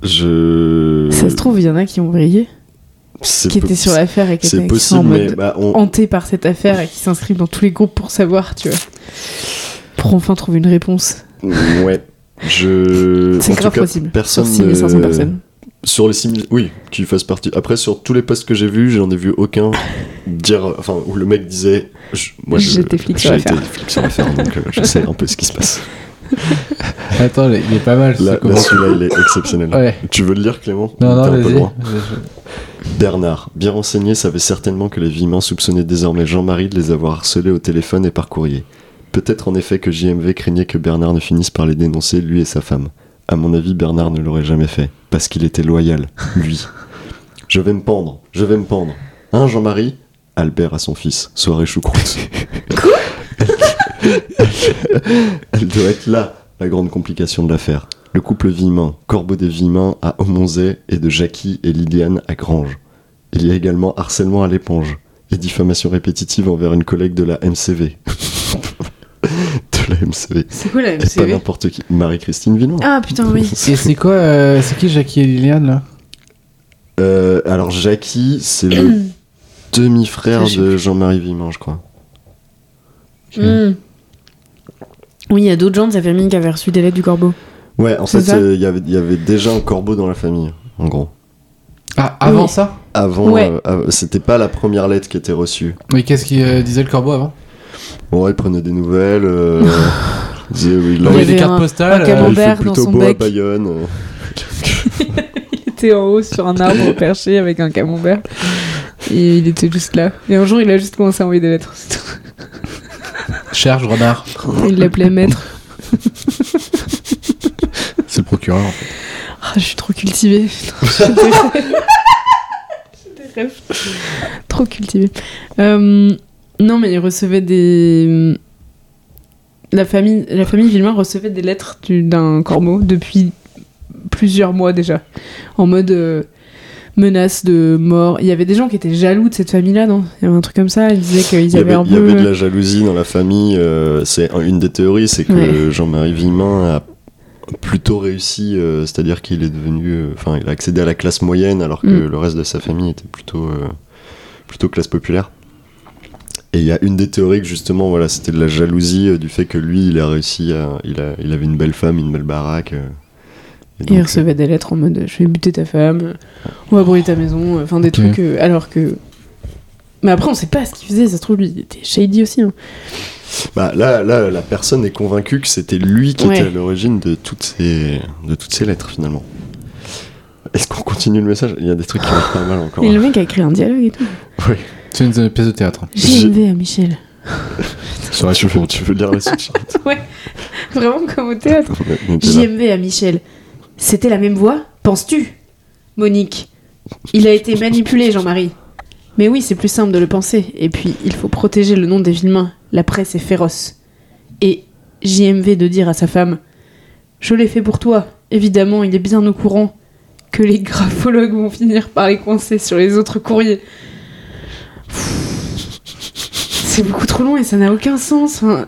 Speaker 2: Je.
Speaker 3: Ça se trouve, il y en a qui ont vrillé,
Speaker 2: Euh, c'est
Speaker 3: qui
Speaker 2: po-
Speaker 3: étaient sur l'affaire et qui
Speaker 2: C'est
Speaker 3: étaient qui sont en
Speaker 2: possible,
Speaker 3: mode.
Speaker 2: mais bah, on,
Speaker 3: hantés par cette affaire et qui s'inscrivent dans tous les groupes pour savoir, tu vois. Pour enfin trouver une réponse.
Speaker 2: ouais. Je.
Speaker 3: C'est
Speaker 2: en tout
Speaker 3: grave
Speaker 2: cas,
Speaker 3: possible.
Speaker 2: Personne.
Speaker 3: sur 6500
Speaker 2: ne-
Speaker 3: personnes.
Speaker 2: Sur les 6000, oui, qui fassent partie. Après, sur tous les posts que j'ai vus, j'en ai vu aucun dire. Enfin, où le mec disait. je- moi, je-
Speaker 3: J'étais flic sur
Speaker 2: j'ai
Speaker 3: l'affaire.
Speaker 2: été flic sur l'affaire, donc euh, je sais un peu ce qui se passe.
Speaker 4: Attends, il est pas mal. ce
Speaker 2: Là, là,
Speaker 4: commentaire.
Speaker 2: celui-là, il est exceptionnel.
Speaker 4: Ouais.
Speaker 2: Tu veux le lire, Clément
Speaker 4: Non,
Speaker 2: T'es
Speaker 4: non,
Speaker 2: un peu
Speaker 4: vas-y.
Speaker 2: loin. Bernard, bien renseigné, savait certainement que les Vimins soupçonnaient désormais Jean-Marie de les avoir harcelés au téléphone et par courrier. Peut-être en effet que JMV craignait que Bernard ne finisse par les dénoncer, lui et sa femme. À mon avis, Bernard ne l'aurait jamais fait, parce qu'il était loyal, lui. Je vais me pendre, je vais me pendre. Hein, Jean-Marie Albert à son fils, soirée choucroute.
Speaker 3: Quoi
Speaker 2: elle, elle doit être là, la grande complication de l'affaire. Le couple Vimin, Corbeau des Vimin à Aumonzay et de Jackie et Liliane à Grange. Il y a également harcèlement à l'éponge et diffamation répétitive envers une collègue de la MCV. de la MCV.
Speaker 3: C'est quoi la
Speaker 2: Et pas
Speaker 3: MCV
Speaker 2: n'importe qui. Marie-Christine Villemin.
Speaker 3: Ah putain, oui.
Speaker 4: Et c'est quoi euh, C'est qui Jackie et Liliane là
Speaker 2: Euh, alors, Jackie, c'est le demi-frère
Speaker 3: Ça, je sais
Speaker 2: de Jean-Marie Villemin, je crois.
Speaker 3: Hmm. Oui, il y a d'autres gens de sa famille qui avaient reçu des lettres du corbeau.
Speaker 2: Ouais, en
Speaker 3: C'est
Speaker 2: fait,
Speaker 3: ça
Speaker 2: euh, il y avait- il y avait déjà un corbeau dans la famille, en gros.
Speaker 4: Ah, avant
Speaker 3: Oui.
Speaker 4: ça
Speaker 2: Avant,
Speaker 3: Ouais.
Speaker 2: euh, av- c'était pas la première lettre qui était reçue.
Speaker 4: Mais qu'est-ce qu'il euh, disait le corbeau avant
Speaker 2: Ouais, il prenait des nouvelles. euh, il disait, oui, là,
Speaker 3: Il y
Speaker 4: avait
Speaker 2: il,
Speaker 4: des
Speaker 3: avait
Speaker 4: cartes
Speaker 3: un-
Speaker 4: postales.
Speaker 3: un
Speaker 2: il
Speaker 4: euh,
Speaker 2: fait
Speaker 3: Lambert dans
Speaker 2: plutôt
Speaker 3: son
Speaker 2: beau à
Speaker 3: bec.
Speaker 2: Bayonne. euh.
Speaker 3: Il était en haut sur un arbre perché avec un camembert. Et il était juste là. Et un jour, il a juste commencé à envoyer des lettres. c'est tout.
Speaker 4: Charge, euh, renard.
Speaker 3: Il l'appelait maître.
Speaker 4: C'est le procureur.
Speaker 3: Ah, je suis trop cultivée. putain, j'ai des rêves. J'ai des rêves. Trop cultivée. Euh, non, mais il recevait des. La famille, la famille Villemain recevait des lettres du- d'un corbeau depuis plusieurs mois déjà. En mode euh, menace de mort. Il y avait des gens qui étaient jaloux de cette famille-là, non Il y avait un truc comme ça. Ils disaient
Speaker 2: Il
Speaker 3: qu'ils
Speaker 2: y avait,
Speaker 3: avaient un
Speaker 2: il y
Speaker 3: peu.
Speaker 2: avait de la jalousie dans la famille. euh, c'est un- une des théories, c'est que
Speaker 3: Ouais.
Speaker 2: Jean-Marie Villemin a plutôt réussi, euh, c'est-à-dire qu'il est devenu, euh, enfin, il a accédé à la classe moyenne alors que
Speaker 3: Mm.
Speaker 2: le reste de sa famille était plutôt, euh, plutôt classe populaire. Et il y a une des théories que justement, voilà, c'était de la jalousie euh, du fait que lui, il a réussi à, il, a, il avait une belle femme, une belle baraque. euh, et donc,
Speaker 3: Il recevait des lettres en mode euh, je vais buter ta femme, on va brûler ta maison, enfin des euh,
Speaker 4: Ok.
Speaker 3: trucs. euh, alors que. Mais après, on sait pas ce qu'il faisait, ça se trouve, lui, il était shady aussi. hein.
Speaker 2: Bah, là, là, la personne est convaincue que c'était lui qui
Speaker 3: Ouais.
Speaker 2: était à l'origine de, toutes ces- de toutes ces lettres, finalement. Est-ce qu'on continue le message Il y a des trucs qui marchent pas mal encore. hein.
Speaker 3: Et le mec a écrit un dialogue et tout.
Speaker 2: Oui.
Speaker 4: C'est une euh, pièce de théâtre.
Speaker 3: J'ai
Speaker 2: J'ai-
Speaker 3: une idée à hein, Michel.
Speaker 2: tu, veux, tu veux lire la suite Charlotte
Speaker 3: Ouais, vraiment comme au théâtre.
Speaker 2: On était là.
Speaker 5: JMV
Speaker 3: hein,
Speaker 5: à Michel. C'était la même voix, penses-tu
Speaker 3: Monique.
Speaker 5: Il a été manipulé, Jean-Marie.
Speaker 3: Mais oui, c'est plus simple de le penser. Et puis, il faut protéger le nom des vilains. La presse est féroce. Et JMV de dire à sa femme Je l'ai fait pour toi. Évidemment, il est bien au courant que les graphologues vont finir par les coincer sur les autres courriers.
Speaker 5: C'est beaucoup trop long et ça n'a aucun sens.
Speaker 3: hein.
Speaker 5: enfin.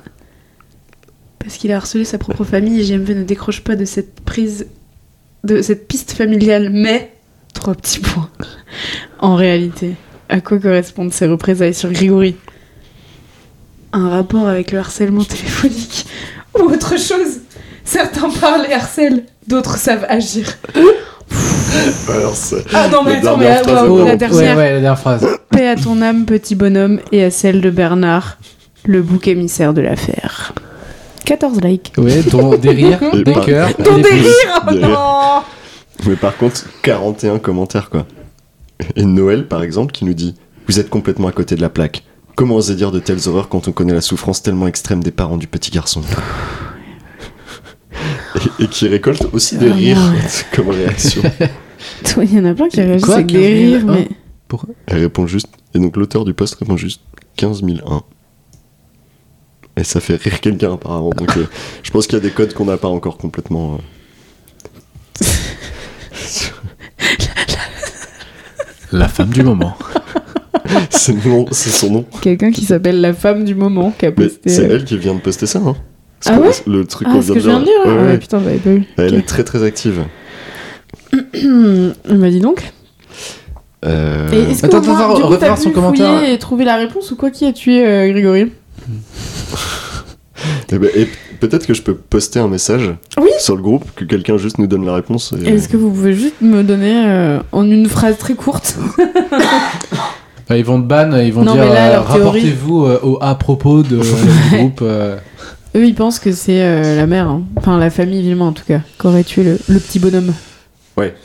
Speaker 5: Parce qu'il a harcelé sa propre famille et JMV ne décroche pas de cette prise, de cette piste familiale. Mais,
Speaker 3: Trois petits points. En réalité, à quoi correspondent ces représailles sur Grégory
Speaker 5: un rapport avec le harcèlement téléphonique ou autre chose. Certains parlent et harcèlent, d'autres savent agir.
Speaker 2: Alors, c'est-
Speaker 5: Ah non, mais
Speaker 2: La
Speaker 5: attends, mais
Speaker 2: dernière
Speaker 5: ah,
Speaker 2: phrase,
Speaker 5: waouh,
Speaker 2: elle est
Speaker 5: la
Speaker 2: marrante.
Speaker 5: dernière.
Speaker 4: Oh, Ouais, ouais, la dernière phrase.
Speaker 3: Paix à ton âme, petit bonhomme, et à celle de Bernard, le bouc émissaire de l'affaire. 14 likes.
Speaker 4: Ouais, dont des rires,
Speaker 2: Et
Speaker 4: des
Speaker 2: par-
Speaker 4: cœurs.
Speaker 5: Ton
Speaker 4: et des pouces.
Speaker 5: délire Oh
Speaker 2: Des-
Speaker 5: Non
Speaker 2: Mais par contre, 41 commentaires, quoi. Et Noël, par exemple, qui nous dit Vous êtes complètement à côté de la plaque. Comment oser dire de telles horreurs quand on connaît la souffrance tellement extrême des parents du petit garçon et, et qui récolte aussi des
Speaker 3: Ah,
Speaker 2: rires comme réaction.
Speaker 3: Toi, il y en a plein qui réagissent
Speaker 4: Quoi,
Speaker 3: avec des
Speaker 4: 15 000,
Speaker 3: rires,
Speaker 4: hein
Speaker 3: mais
Speaker 2: Elle répond juste. Et donc l'auteur du post répond juste 15001. Et ça fait rire quelqu'un apparemment. Donc euh, je pense qu'il y a des codes qu'on n'a pas encore complètement. euh,
Speaker 4: La femme du moment.
Speaker 2: C'est le nom- c'est son nom.
Speaker 3: quelqu'un qui s'appelle la femme du moment qui a
Speaker 2: Mais
Speaker 3: posté.
Speaker 2: c'est elle qui vient de poster ça. Hein. C'est
Speaker 3: euh, Ah
Speaker 2: pas-
Speaker 3: ouais
Speaker 2: le truc qu'on
Speaker 3: Ah, ce
Speaker 2: vient
Speaker 3: que
Speaker 2: de
Speaker 3: je viens de dire là
Speaker 2: Ouais,
Speaker 3: Ah
Speaker 2: ouais.
Speaker 3: ouais, putain, j'avais pas vu.
Speaker 2: Elle
Speaker 3: Ok.
Speaker 2: est très très active.
Speaker 3: Hmm, bah dis donc.
Speaker 2: Euh,
Speaker 3: Et est-ce que
Speaker 4: Attends,
Speaker 3: au moins,
Speaker 4: attends,
Speaker 3: du coup,
Speaker 4: refaire
Speaker 3: t'as
Speaker 4: son
Speaker 3: pu
Speaker 4: commentaire,
Speaker 3: fouiller et trouver la réponse ou quoi qui a tué euh, Grégory
Speaker 2: eh ben, et peut-être que je peux poster un message
Speaker 3: Oui.
Speaker 2: sur le groupe, que quelqu'un juste nous donne la réponse. et-
Speaker 3: Est-ce que vous pouvez juste me donner euh, en une phrase très courte
Speaker 4: Bah, ils vont te ban, ils vont
Speaker 3: Non,
Speaker 4: dire
Speaker 3: mais là,
Speaker 4: euh,
Speaker 3: leur théorie-
Speaker 4: rapportez-vous euh, au à propos de, du groupe. euh,
Speaker 3: Eux, ils pensent que c'est euh, la mère, hein. enfin la famille Villemain en tout cas, qui aurait tué le, le petit bonhomme.
Speaker 2: Ouais.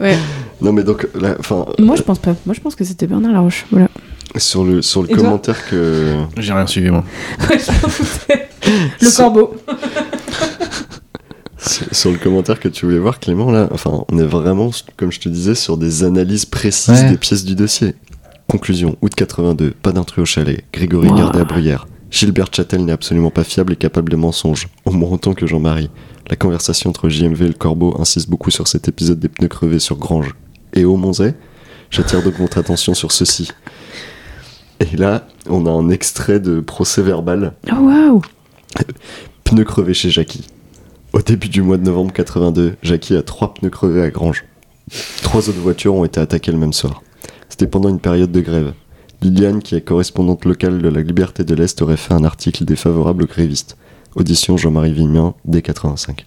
Speaker 3: Ouais.
Speaker 2: Non mais donc, là, enfin,
Speaker 3: Moi, je pense pas. Moi, je pense que c'était Bernard Laroche. Voilà.
Speaker 2: sur le, sur le
Speaker 3: Et toi
Speaker 2: commentaire que...
Speaker 4: J'ai rien suivi, moi.
Speaker 3: Le
Speaker 2: Sur-
Speaker 3: corbeau.
Speaker 2: Sur sur le commentaire que tu voulais voir, Clément, là, enfin, on est vraiment, comme je te disais, sur des analyses précises
Speaker 4: Ouais.
Speaker 2: des pièces du dossier. Conclusion, août 82, pas d'intrus au chalet, Grégory
Speaker 3: Ouah.
Speaker 2: gardé à Bruyères. Gilbert Châtel n'est absolument pas fiable et capable de mensonges, au moins autant que Jean-Marie. La conversation entre JMV et le corbeau insiste beaucoup sur cet épisode des pneus crevés sur Grange. Et au Monzay, j'attire donc votre attention sur ceci. Et là, on a un extrait de procès verbal
Speaker 3: Oh waouh.
Speaker 2: Pneus crevés chez Jackie. Au début du mois de novembre 82, Jackie a trois pneus crevés à Grange. Trois autres voitures ont été attaquées le même soir. C'était pendant une période de grève. Liliane, qui est correspondante locale de la Liberté de l'Est, aurait fait un article défavorable aux grévistes. Audition Jean-Marie Villemin, dès 85.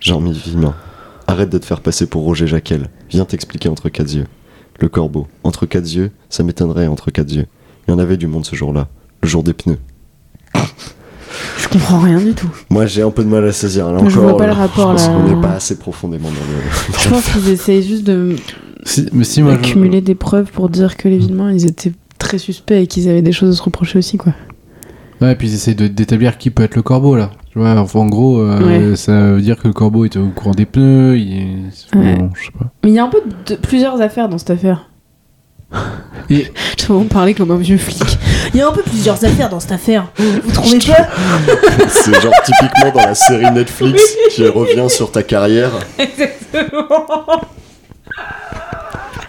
Speaker 2: Jean-Marie Villemin, arrête de te faire passer pour Roger Jacquel. Viens t'expliquer entre quatre yeux. Le corbeau, entre quatre yeux, ça m'étonnerait entre quatre yeux. Il y en avait du monde ce jour-là, le jour des pneus.
Speaker 3: Je comprends rien du tout.
Speaker 2: Moi, j'ai un peu de mal à saisir. Là,
Speaker 3: Je
Speaker 2: encore,
Speaker 3: vois pas
Speaker 2: là,
Speaker 3: le rapport,
Speaker 2: Je pense
Speaker 3: là.
Speaker 2: qu'on n'est pas assez profondément dans le.
Speaker 3: Je pense qu'ils essayent juste de
Speaker 4: Si, mais si, moi. je-
Speaker 3: accumuler des preuves pour dire que les Villemains, ils étaient très suspects et qu'ils avaient des choses à se reprocher aussi, quoi.
Speaker 4: Ouais, et puis ils essayent de- d'établir qui peut être le corbeau, là. Tu vois, enfin, en gros, euh, ça veut dire que le corbeau était au courant des pneus. Il... est-
Speaker 3: Ouais.
Speaker 4: Bon, je sais pas.
Speaker 3: Mais il y a un peu de plusieurs affaires dans cette affaire.
Speaker 4: Et-
Speaker 3: Je vais en parler comme un vieux flic.
Speaker 5: Il y a un peu plusieurs affaires dans cette affaire. Vous trouvez pas
Speaker 2: C'est genre typiquement dans la série Netflix qui revient sur ta carrière.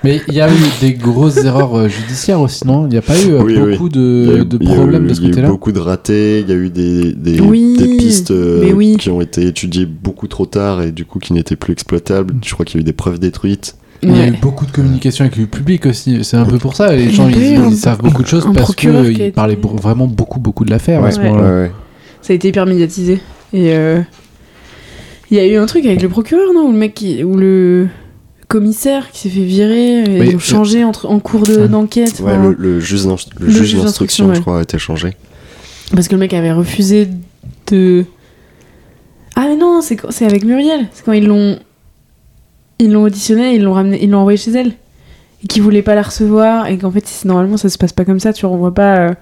Speaker 4: Mais il y a eu des grosses erreurs euh, judiciaires aussi, non Il n'y a pas eu euh,
Speaker 2: Oui, oui.
Speaker 4: beaucoup
Speaker 2: Il y a
Speaker 4: de,
Speaker 2: eu-
Speaker 4: de
Speaker 2: il y a eu-
Speaker 4: problèmes de ce
Speaker 2: Il y a eu
Speaker 4: côté-là
Speaker 2: beaucoup de ratés. Il y a eu des, des,
Speaker 3: Oui,
Speaker 2: des pistes euh,
Speaker 3: mais oui.
Speaker 2: qui ont été étudiées beaucoup trop tard et du coup qui n'étaient plus exploitables. Je crois qu'il y a eu des preuves détruites.
Speaker 4: Il y a
Speaker 3: Ouais.
Speaker 4: eu beaucoup de communication avec le public aussi. C'est un peu pour ça. Les gens,
Speaker 3: Il y a
Speaker 4: ils,
Speaker 3: eu un-
Speaker 4: ils savent beaucoup de choses
Speaker 3: un
Speaker 4: parce
Speaker 3: procureur qui a
Speaker 4: qu'ils
Speaker 3: été-
Speaker 4: parlaient br- vraiment beaucoup, beaucoup de l'affaire à ce
Speaker 3: Ouais.
Speaker 4: moment-là.
Speaker 3: Ça a été hyper médiatisé. Et euh, il y a eu un truc avec le procureur, non Ou le mec qui. Ou le
Speaker 5: commissaire qui s'est fait virer et
Speaker 4: Mais-
Speaker 5: ils ont changé entre, en cours de-
Speaker 4: Ouais.
Speaker 5: d'enquête.
Speaker 2: Ouais,
Speaker 5: enfin,
Speaker 3: hein.
Speaker 2: le, le juge d'inst- le
Speaker 5: le
Speaker 2: juge
Speaker 5: juge
Speaker 2: d'instruction,
Speaker 5: d'instruction,
Speaker 2: je
Speaker 5: ouais.
Speaker 2: crois, a été changé.
Speaker 5: Parce que le mec avait refusé de. Ah mais non, c'est quand- c'est avec Muriel. C'est quand ils l'ont. Ils l'ont auditionné, ils l'ont ramené, ils l'ont envoyé chez elle. Et qu'ils voulaient pas la recevoir. Et qu'en fait, c'est- normalement, ça se passe pas comme ça. Tu renvoies pas euh,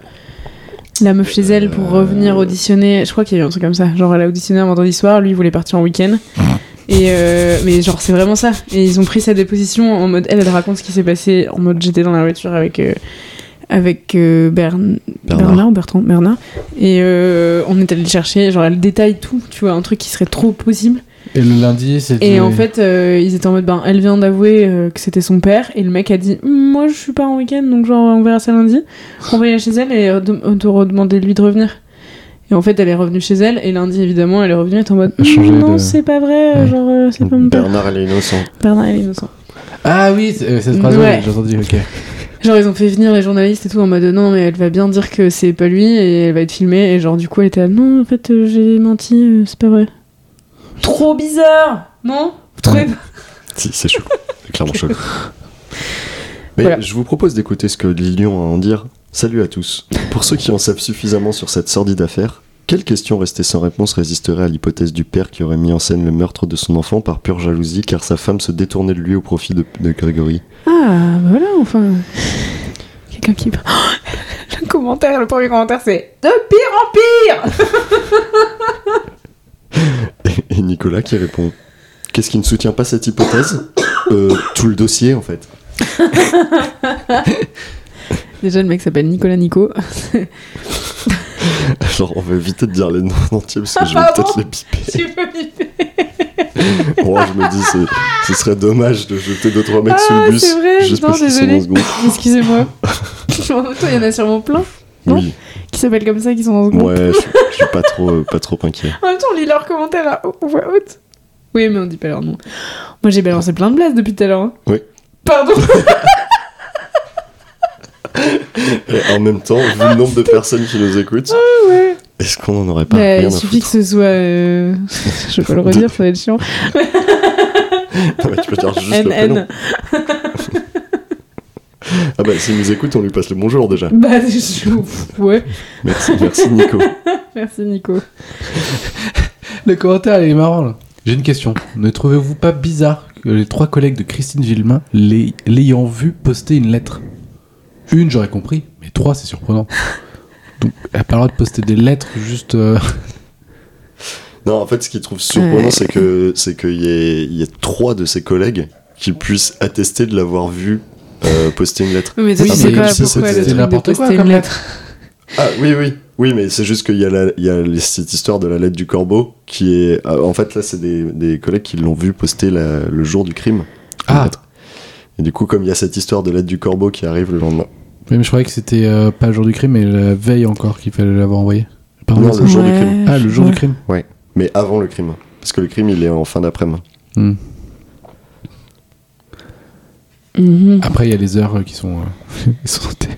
Speaker 5: la meuf chez elle pour
Speaker 2: Euh.
Speaker 5: revenir auditionner. Je crois qu'il y a eu un truc comme ça. Genre, elle a auditionné un vendredi soir, lui, il voulait partir en week-end. Et euh, mais genre, c'est vraiment ça. Et ils ont pris sa déposition en mode. Elle, elle raconte ce qui s'est passé. En mode, j'étais dans la voiture avec. euh, avec euh, Bern-
Speaker 2: Bernard.
Speaker 5: Bernard, Bertrand, Bernard. Et euh, on est allé le chercher, genre elle détaille tout, tu vois, un truc qui serait trop possible.
Speaker 4: Et le lundi, c'était.
Speaker 5: Et en fait, euh, ils étaient en mode, ben elle vient d'avouer euh, que c'était son père, et le mec a dit, Hum, moi je suis pas en week-end, donc genre on verra ça lundi. On va aller chez elle et euh, de- euh, te redemander lui de revenir. Et en fait, elle est revenue chez elle, et lundi évidemment, elle est revenue, elle est en mode, Hum,
Speaker 4: Changer
Speaker 5: non,
Speaker 4: de-
Speaker 5: c'est pas vrai, euh,
Speaker 4: Ouais.
Speaker 5: genre euh, c'est pas mon père.
Speaker 2: Bernard, elle est innocent.
Speaker 5: Bernard, elle est innocente.
Speaker 4: Ah oui, c'est- euh, cette phrase,
Speaker 5: Ouais.
Speaker 4: oui, j'ai entendu, ok.
Speaker 5: Genre ils ont fait venir les journalistes et tout en mode non mais elle va bien dire que c'est pas lui et elle va être filmée et genre du coup elle était là, non en fait euh, j'ai menti euh, c'est pas vrai. Trop bizarre non Vous trouvez pas
Speaker 2: Si, c'est chaud. C'est clairement chaud. Mais
Speaker 5: Voilà.
Speaker 2: je vous propose d'écouter ce que Lilian a à en dire. Salut à tous. Pour ceux qui en savent suffisamment sur cette sordide affaire, quelle question restée sans réponse résisterait à l'hypothèse du père qui aurait mis en scène le meurtre de son enfant par pure jalousie car sa femme se détournait de lui au profit de, de Grégory
Speaker 5: Ah bah voilà enfin quelqu'un qui le commentaire le premier commentaire c'est de pire en pire
Speaker 2: Et Nicolas qui répond Qu'est-ce qui ne soutient pas cette hypothèse Euh, Tout le dossier en fait.
Speaker 5: Déjà le mec s'appelle Nicolas Nico
Speaker 2: Alors on va éviter de dire les noms en entier parce que je vais
Speaker 5: Ah,
Speaker 2: peut-être
Speaker 5: bon
Speaker 2: les piper.
Speaker 5: tu peux vivre
Speaker 2: Moi je me dis c'est- ce serait dommage de jeter deux trois mecs
Speaker 5: Ah,
Speaker 2: sous le bus
Speaker 5: c'est vrai,
Speaker 2: juste
Speaker 5: non,
Speaker 2: parce qu'ils sont
Speaker 5: désolée.
Speaker 2: en seconde.
Speaker 5: excusez-moi toi il y en a sûrement plein Non.
Speaker 2: Oui.
Speaker 5: qui s'appellent comme ça qui sont dans ce groupe.
Speaker 2: Ouais, je, je suis pas trop, euh, pas trop inquiet.
Speaker 5: En même temps, on lit leurs commentaires à à voix haute. Oui, mais on dit pas leur nom. Moi, j'ai balancé plein de blagues depuis tout à l'heure. hein.
Speaker 2: Oui.
Speaker 5: Pardon.
Speaker 2: Et en même temps, vu le
Speaker 5: Ah,
Speaker 2: nombre de personnes qui nous écoutent, est-ce qu'on en aurait pas
Speaker 5: Bah,
Speaker 2: rien
Speaker 5: il
Speaker 2: à
Speaker 5: suffit que
Speaker 2: foutre
Speaker 5: ce soit. euh, Je vais pas le redire, ça va être chiant.
Speaker 2: Non, mais Tu peux dire juste le prénom.
Speaker 5: NN.
Speaker 2: Ah bah, s'il nous écoute, on lui passe le bonjour déjà.
Speaker 5: Bah, je... ouais.
Speaker 2: Merci, merci Nico.
Speaker 5: Merci, Nico.
Speaker 4: Le commentaire, il est marrant, là. J'ai une question. Ne trouvez-vous pas bizarre que les trois collègues de Christine Villemain l'aient- l'ayant vu poster une lettre Une, j'aurais compris, mais trois, c'est surprenant. Donc, elle a pas le droit de poster des lettres juste. euh,
Speaker 2: Non, en fait, ce qu'il trouve surprenant, c'est que c'est qu'il y ait, il y ait trois de ses collègues qui puissent attester de l'avoir vu euh, poster une lettre.
Speaker 5: Mais
Speaker 4: toi,
Speaker 2: Oui,
Speaker 5: tu
Speaker 2: tu sais mais
Speaker 5: sais
Speaker 2: pas
Speaker 5: pas
Speaker 2: c'est- pourquoi
Speaker 5: pourquoi
Speaker 2: c'est- le
Speaker 5: le
Speaker 2: truc
Speaker 4: c'est de n'importe quoi poster comme une lettre.
Speaker 2: Ah oui, oui. Oui, mais c'est juste qu'il y a, la- il y a les- cette histoire de la lettre du corbeau qui est. ah, En fait, là, c'est des, des collègues qui l'ont vu poster la- le jour du crime.
Speaker 4: Ah.
Speaker 2: Peut-être. Et du coup, comme il y a cette histoire de lettre du corbeau qui arrive le lendemain.
Speaker 4: Oui, mais je croyais que c'était euh, pas le jour du crime, mais la veille encore qu'il fallait l'avoir envoyé. Pardon,
Speaker 2: Non,
Speaker 4: ça-
Speaker 2: le jour du crime.
Speaker 4: Ah, le jour du crime.
Speaker 2: Mais avant le crime. Parce que le crime, il est en fin d'après-midi.
Speaker 4: Hmm.
Speaker 5: crime.
Speaker 4: Après, il y a les heures euh, qui sont. euh, qui sont notées.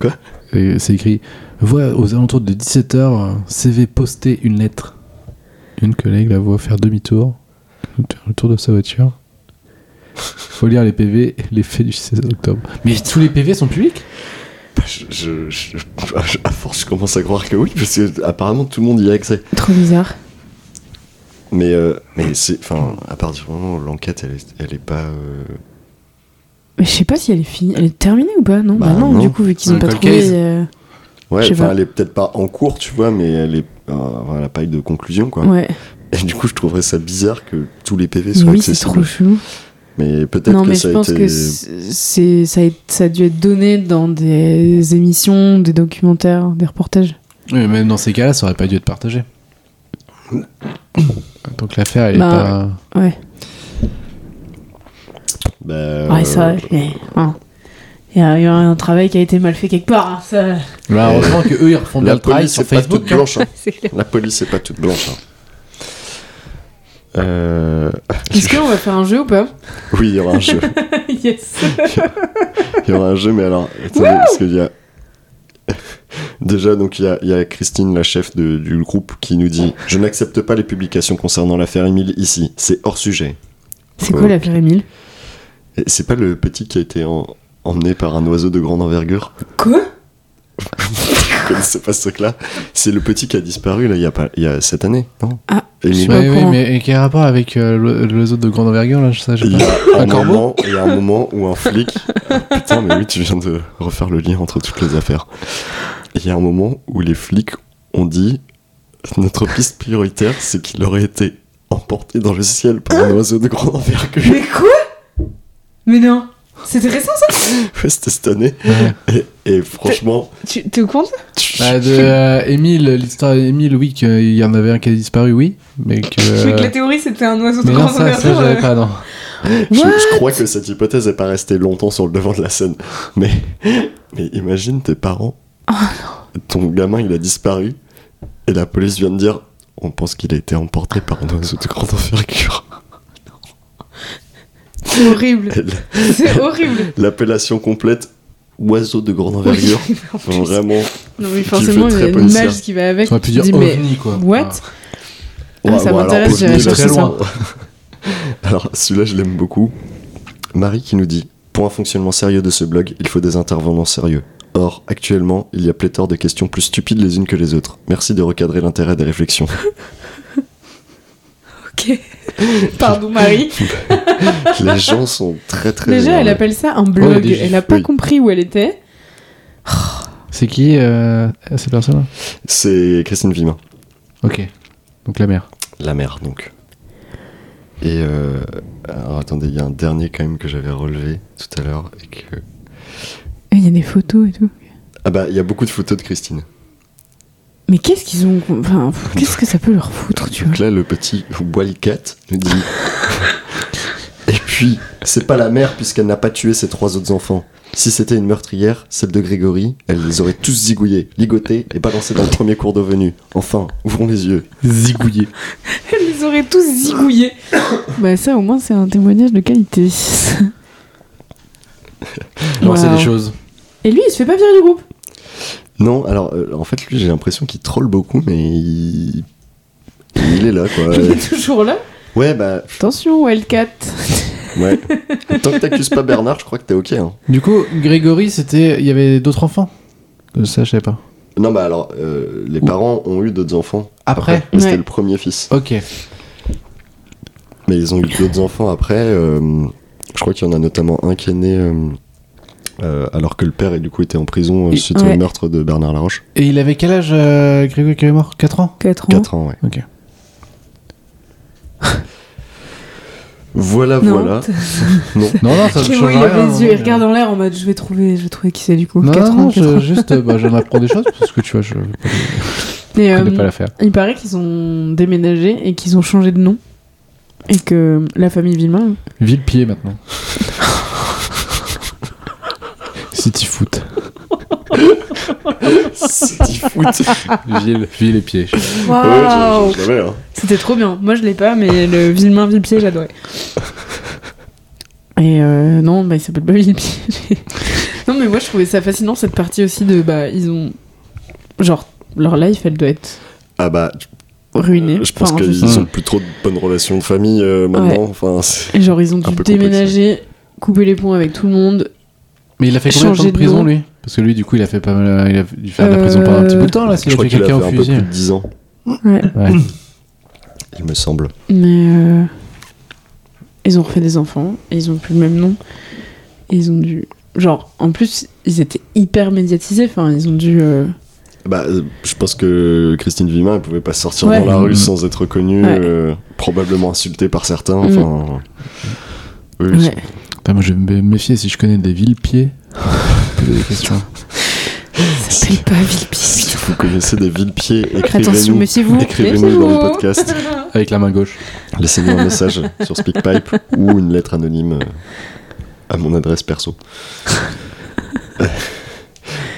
Speaker 2: Quoi
Speaker 4: Et C'est écrit Voix aux alentours de 17h, CV posté une lettre. Une collègue la voit faire demi-tour, faire le tour de sa voiture. Faut lire les PV, les faits du 16 octobre. Mais tous les PV sont publics
Speaker 2: Bah, je, je- je- je- à force, je commence à croire que oui, parce que apparemment tout le monde y a accès.
Speaker 5: Trop bizarre.
Speaker 2: Mais, euh, mais c'est. Enfin, à partir du moment où l'enquête, elle est, elle est pas. euh,
Speaker 5: Mais je sais pas si elle est finie. Elle est terminée ou pas Non,
Speaker 2: Bah,
Speaker 5: bah, non,
Speaker 2: non.
Speaker 5: du coup, vu qu'ils ont
Speaker 4: Un
Speaker 5: pas
Speaker 4: cold
Speaker 5: trouvé.
Speaker 4: case.
Speaker 5: euh,
Speaker 2: Ouais,
Speaker 5: Je sais
Speaker 2: enfin,
Speaker 5: pas.
Speaker 2: elle est peut-être pas en cours, tu vois, mais elle est. euh, enfin, elle a pas eu de conclusion, quoi.
Speaker 5: Ouais.
Speaker 2: Et du coup, je trouverais ça bizarre que tous les PV
Speaker 5: Mais
Speaker 2: soient
Speaker 5: oui, c'est
Speaker 2: accessibles.
Speaker 5: trop chelou.
Speaker 2: Mais peut-être
Speaker 5: Non,
Speaker 2: que
Speaker 5: mais
Speaker 2: ça
Speaker 5: je
Speaker 2: a
Speaker 5: pense
Speaker 2: été.
Speaker 5: que c'est- c'est ça, a- ça a dû être donné dans des émissions, des documentaires, des reportages.
Speaker 4: Oui, mais même dans ces cas-là, ça aurait pas dû être partagé. Donc l'affaire, elle est
Speaker 5: Bah,
Speaker 4: pas.
Speaker 5: Ouais,
Speaker 2: Bah,
Speaker 5: ouais, ça.
Speaker 2: euh,
Speaker 5: Il hein. y a eu un travail qui a été mal fait quelque part. hein, ça...
Speaker 4: Bah, heureusement que eux, ils refont bien
Speaker 2: La
Speaker 4: le travail
Speaker 2: police
Speaker 4: sur
Speaker 2: n'est pas toute
Speaker 4: Facebook. hein.
Speaker 2: blanche. hein.
Speaker 5: C'est clair.
Speaker 2: La police n'est pas toute blanche. hein. Euh,
Speaker 5: Est-ce qu'on va faire un jeu ou pas
Speaker 2: Oui, il y aura un jeu.
Speaker 5: Yes.
Speaker 2: Il y aura un jeu, mais alors, attendez, parce qu'il y a. Déjà, donc, il y a, il y a Christine, la chef de- du groupe, qui nous dit Je n'accepte pas les publications concernant l'affaire Émile ici, c'est hors sujet.
Speaker 5: C'est quoi l'affaire Émile
Speaker 2: Et C'est pas le petit qui a été en- emmené par un oiseau de grande envergure
Speaker 5: Quoi
Speaker 2: Je connaissais pas ce truc-là. C'est le petit qui a disparu, là, il y a, pas, il y a cette année, non
Speaker 5: Ah,
Speaker 2: Et il-
Speaker 5: je suis pas
Speaker 4: Ouais,
Speaker 5: au
Speaker 4: oui,
Speaker 5: courant.
Speaker 4: mais et quel rapport avec euh, l'o- l'oiseau de grande envergure là je sais, j'ai
Speaker 2: Il y,
Speaker 4: pas.
Speaker 2: a un
Speaker 4: Un corbeau
Speaker 2: moment, il y a un moment où un flic. Ah, putain, mais oui, tu viens de refaire le lien entre toutes les affaires. Il y a un moment où les flics ont dit notre piste prioritaire, c'est qu'il aurait été emporté dans le ciel par un oiseau de grande envergure.
Speaker 5: Mais quoi Mais non C'était récent ça
Speaker 2: Ouais, C'était cette année.
Speaker 4: Ouais.
Speaker 2: Et, et franchement,
Speaker 3: Tu t'es au compte
Speaker 2: tu-
Speaker 4: Bah, de euh, Émile, l'histoire d'Émile, oui, qu'il y en avait un qui a disparu, oui, mais que.
Speaker 3: Je que
Speaker 4: euh,
Speaker 3: la théorie c'était un oiseau de
Speaker 4: Mais non,
Speaker 3: grande
Speaker 4: ça, ça
Speaker 3: envergure. euh,
Speaker 4: j'avais pas, non.
Speaker 2: je, je crois que cette hypothèse n'est pas restée longtemps sur le devant de la scène. Mais, mais imagine tes parents.
Speaker 3: Oh
Speaker 2: Ton gamin, il a disparu. Et la police vient de dire on pense qu'il a été emporté par un oiseau de grande envergure.
Speaker 3: C'est horrible.
Speaker 2: Elle-
Speaker 3: C'est horrible.
Speaker 2: L'appellation complète oiseau de grande envergure. Vraiment.
Speaker 3: Non mais
Speaker 2: Tu
Speaker 3: forcément
Speaker 2: fais
Speaker 3: il y a
Speaker 2: très
Speaker 3: une
Speaker 2: policière.
Speaker 3: image qui va avec.
Speaker 4: Ça aurait pu dire
Speaker 3: Tu te dis, mais
Speaker 4: ovni, quoi.
Speaker 3: what Ah,
Speaker 2: Ouais,
Speaker 3: ça
Speaker 2: bon,
Speaker 3: m'intéresse,
Speaker 2: alors,
Speaker 3: j'irai
Speaker 2: Pauline,
Speaker 4: chercher
Speaker 2: là,
Speaker 4: ça.
Speaker 2: Alors, celui-là, je l'aime beaucoup. Marie qui nous dit Pour un fonctionnement sérieux de ce blog, il faut des intervenants sérieux. Or, actuellement, il y a pléthore de questions plus stupides les unes que les autres. Merci de recadrer l'intérêt des réflexions.
Speaker 3: Ok. Pardon Marie.
Speaker 2: les gens sont très très.
Speaker 5: Déjà, elle
Speaker 2: énervés.
Speaker 5: appelle ça un
Speaker 4: Oh, il y a
Speaker 5: blog.
Speaker 4: des gifs,
Speaker 5: elle a pas
Speaker 2: oui.
Speaker 5: compris où elle était.
Speaker 4: C'est qui euh, cette personne
Speaker 2: C'est Christine Vimin,
Speaker 4: Ok. Donc la mère.
Speaker 2: la mère donc. Et euh, alors attendez, il y a un dernier quand même que j'avais relevé tout à l'heure et que
Speaker 5: Et Euh, Il y a des photos et tout.
Speaker 2: Ah bah, il y a beaucoup de photos de Christine.
Speaker 5: Mais qu'est-ce qu'ils ont. Enfin, pff, qu'est-ce que ça peut leur foutre, tu vois
Speaker 2: Donc là, le petit Wildcat nous dit... Et puis, c'est pas la mère puisqu'elle n'a pas tué ses trois autres enfants. Si c'était une meurtrière, celle de Grégory, elle les aurait tous zigouillés, ligotés et balancés dans le premier cours d'eau venue. Enfin, ouvrons les yeux.
Speaker 4: Zigouillé.
Speaker 5: Elle les aurait tous zigouillés. bah, ça, au moins, c'est un témoignage de qualité.
Speaker 4: Alors c'est
Speaker 5: Wow.
Speaker 4: des choses.
Speaker 5: Et lui, il se fait pas virer du groupe.
Speaker 2: Non, alors, euh, en fait, lui, j'ai l'impression qu'il troll beaucoup, mais il... Il est là, quoi.
Speaker 4: Euh.
Speaker 5: Il est toujours là.
Speaker 2: Ouais, bah,
Speaker 5: Attention, Wildcat.
Speaker 2: ouais. Tant que t'accuses pas Bernard, je crois que t'es ok, hein.
Speaker 4: Du coup, Grégory, c'était. Il y avait d'autres enfants Euh, Ça, je savais pas.
Speaker 2: Non, bah alors, euh, les parents ont eu d'autres enfants.
Speaker 4: Après
Speaker 2: mais C'était
Speaker 5: Ouais.
Speaker 2: le premier fils.
Speaker 4: Ok.
Speaker 2: Mais ils ont eu d'autres enfants après. euh, je crois qu'il y en a notamment un qui est né euh, euh, alors que le père, est, du coup, était en prison euh,
Speaker 4: Et-
Speaker 2: suite
Speaker 5: ouais.
Speaker 2: au meurtre de Bernard Laroche.
Speaker 4: Et il avait quel âge, euh, Grégory, qui est mort 4 ans
Speaker 5: 4 ans.
Speaker 2: 4 ans, ouais.
Speaker 4: Ok.
Speaker 2: Voilà,
Speaker 5: Non.
Speaker 2: voilà. non.
Speaker 4: Non, non, ça ne
Speaker 5: Clément,
Speaker 4: change
Speaker 5: il a
Speaker 4: rien. hein.
Speaker 5: les yeux, il regarde en l'air en mode je vais trouver, je vais trouver qui c'est du coup.
Speaker 4: Non,
Speaker 5: 4
Speaker 4: non,
Speaker 5: ans,
Speaker 4: je-
Speaker 5: 4 ans.
Speaker 4: juste, euh, bah, j'en apprends des choses parce que tu vois, je
Speaker 5: Et,
Speaker 4: connais
Speaker 5: euh,
Speaker 4: pas l'affaire.
Speaker 5: Il paraît qu'ils ont déménagé et qu'ils ont changé de nom. Et que la famille Villemin.
Speaker 4: Ville-pied maintenant. Si t'y foutes.
Speaker 2: C'est du foot.
Speaker 4: Ville, ville et pied.
Speaker 2: Ouais, je- je l'avais, hein.
Speaker 5: C'était trop bien. Moi, je l'ai pas, mais le Villemain Villepied, j'adorais. Et euh, non, bah, il s'appelle pas Villepied. non, mais moi, je trouvais ça fascinant cette partie aussi de. Bah, ils ont. Genre, leur life, elle doit être
Speaker 2: Ah bah, je-
Speaker 5: ruinée.
Speaker 2: Euh, je pense
Speaker 5: Enfin,
Speaker 2: qu'ils
Speaker 5: sais-
Speaker 4: sais.
Speaker 2: ont plus trop de bonnes relations de famille euh, maintenant. Enfin, c'est-
Speaker 5: Et genre, ils ont
Speaker 2: un
Speaker 5: dû
Speaker 2: peu complexe,
Speaker 5: déménager, couper les ponts avec tout le monde.
Speaker 4: Mais il a fait combien de temps
Speaker 5: Changer
Speaker 4: de
Speaker 5: de
Speaker 4: prison,
Speaker 5: nom.
Speaker 4: lui Parce que lui, du coup, il a fait pas mal. Il a dû faire de la prison pendant un petit bout de temps, là,
Speaker 2: je
Speaker 4: s'il a
Speaker 2: crois
Speaker 4: tué
Speaker 2: qu'il a fait
Speaker 4: quelqu'un
Speaker 2: un
Speaker 4: au
Speaker 2: peu
Speaker 4: fusil.
Speaker 2: plus de 10 ans,
Speaker 5: Ouais.
Speaker 4: Ouais.
Speaker 2: il me semble.
Speaker 5: Mais euh, ils ont refait des enfants, et ils ont plus le même nom. Et ils ont dû. Genre, en plus, ils étaient hyper médiatisés. Enfin, ils ont dû. euh,
Speaker 2: Bah, euh, je pense que Christine Vimin, elle pouvait pas sortir
Speaker 5: Ouais.
Speaker 2: dans la rue
Speaker 4: Mhm.
Speaker 2: sans être reconnue,
Speaker 5: Ouais. Mm.
Speaker 2: euh, probablement insultée par certains. Enfin, euh, oui, oui,
Speaker 5: ouais.
Speaker 4: Putain, Bah, moi, je vais me méfier si je connais des villes pieds. Poser des questions.
Speaker 5: Ça s'appelle pas
Speaker 2: Si
Speaker 5: Villepie.
Speaker 2: vous connaissez des villes pieds,
Speaker 5: Attention,
Speaker 2: écrivez-nous
Speaker 5: méfiez-vous.
Speaker 2: écrivez
Speaker 5: Méfiez-vous.
Speaker 2: dans le podcast.
Speaker 4: Avec la main gauche.
Speaker 2: Laissez-nous un message sur SpeakPipe ou une lettre anonyme euh, à mon adresse perso. Euh,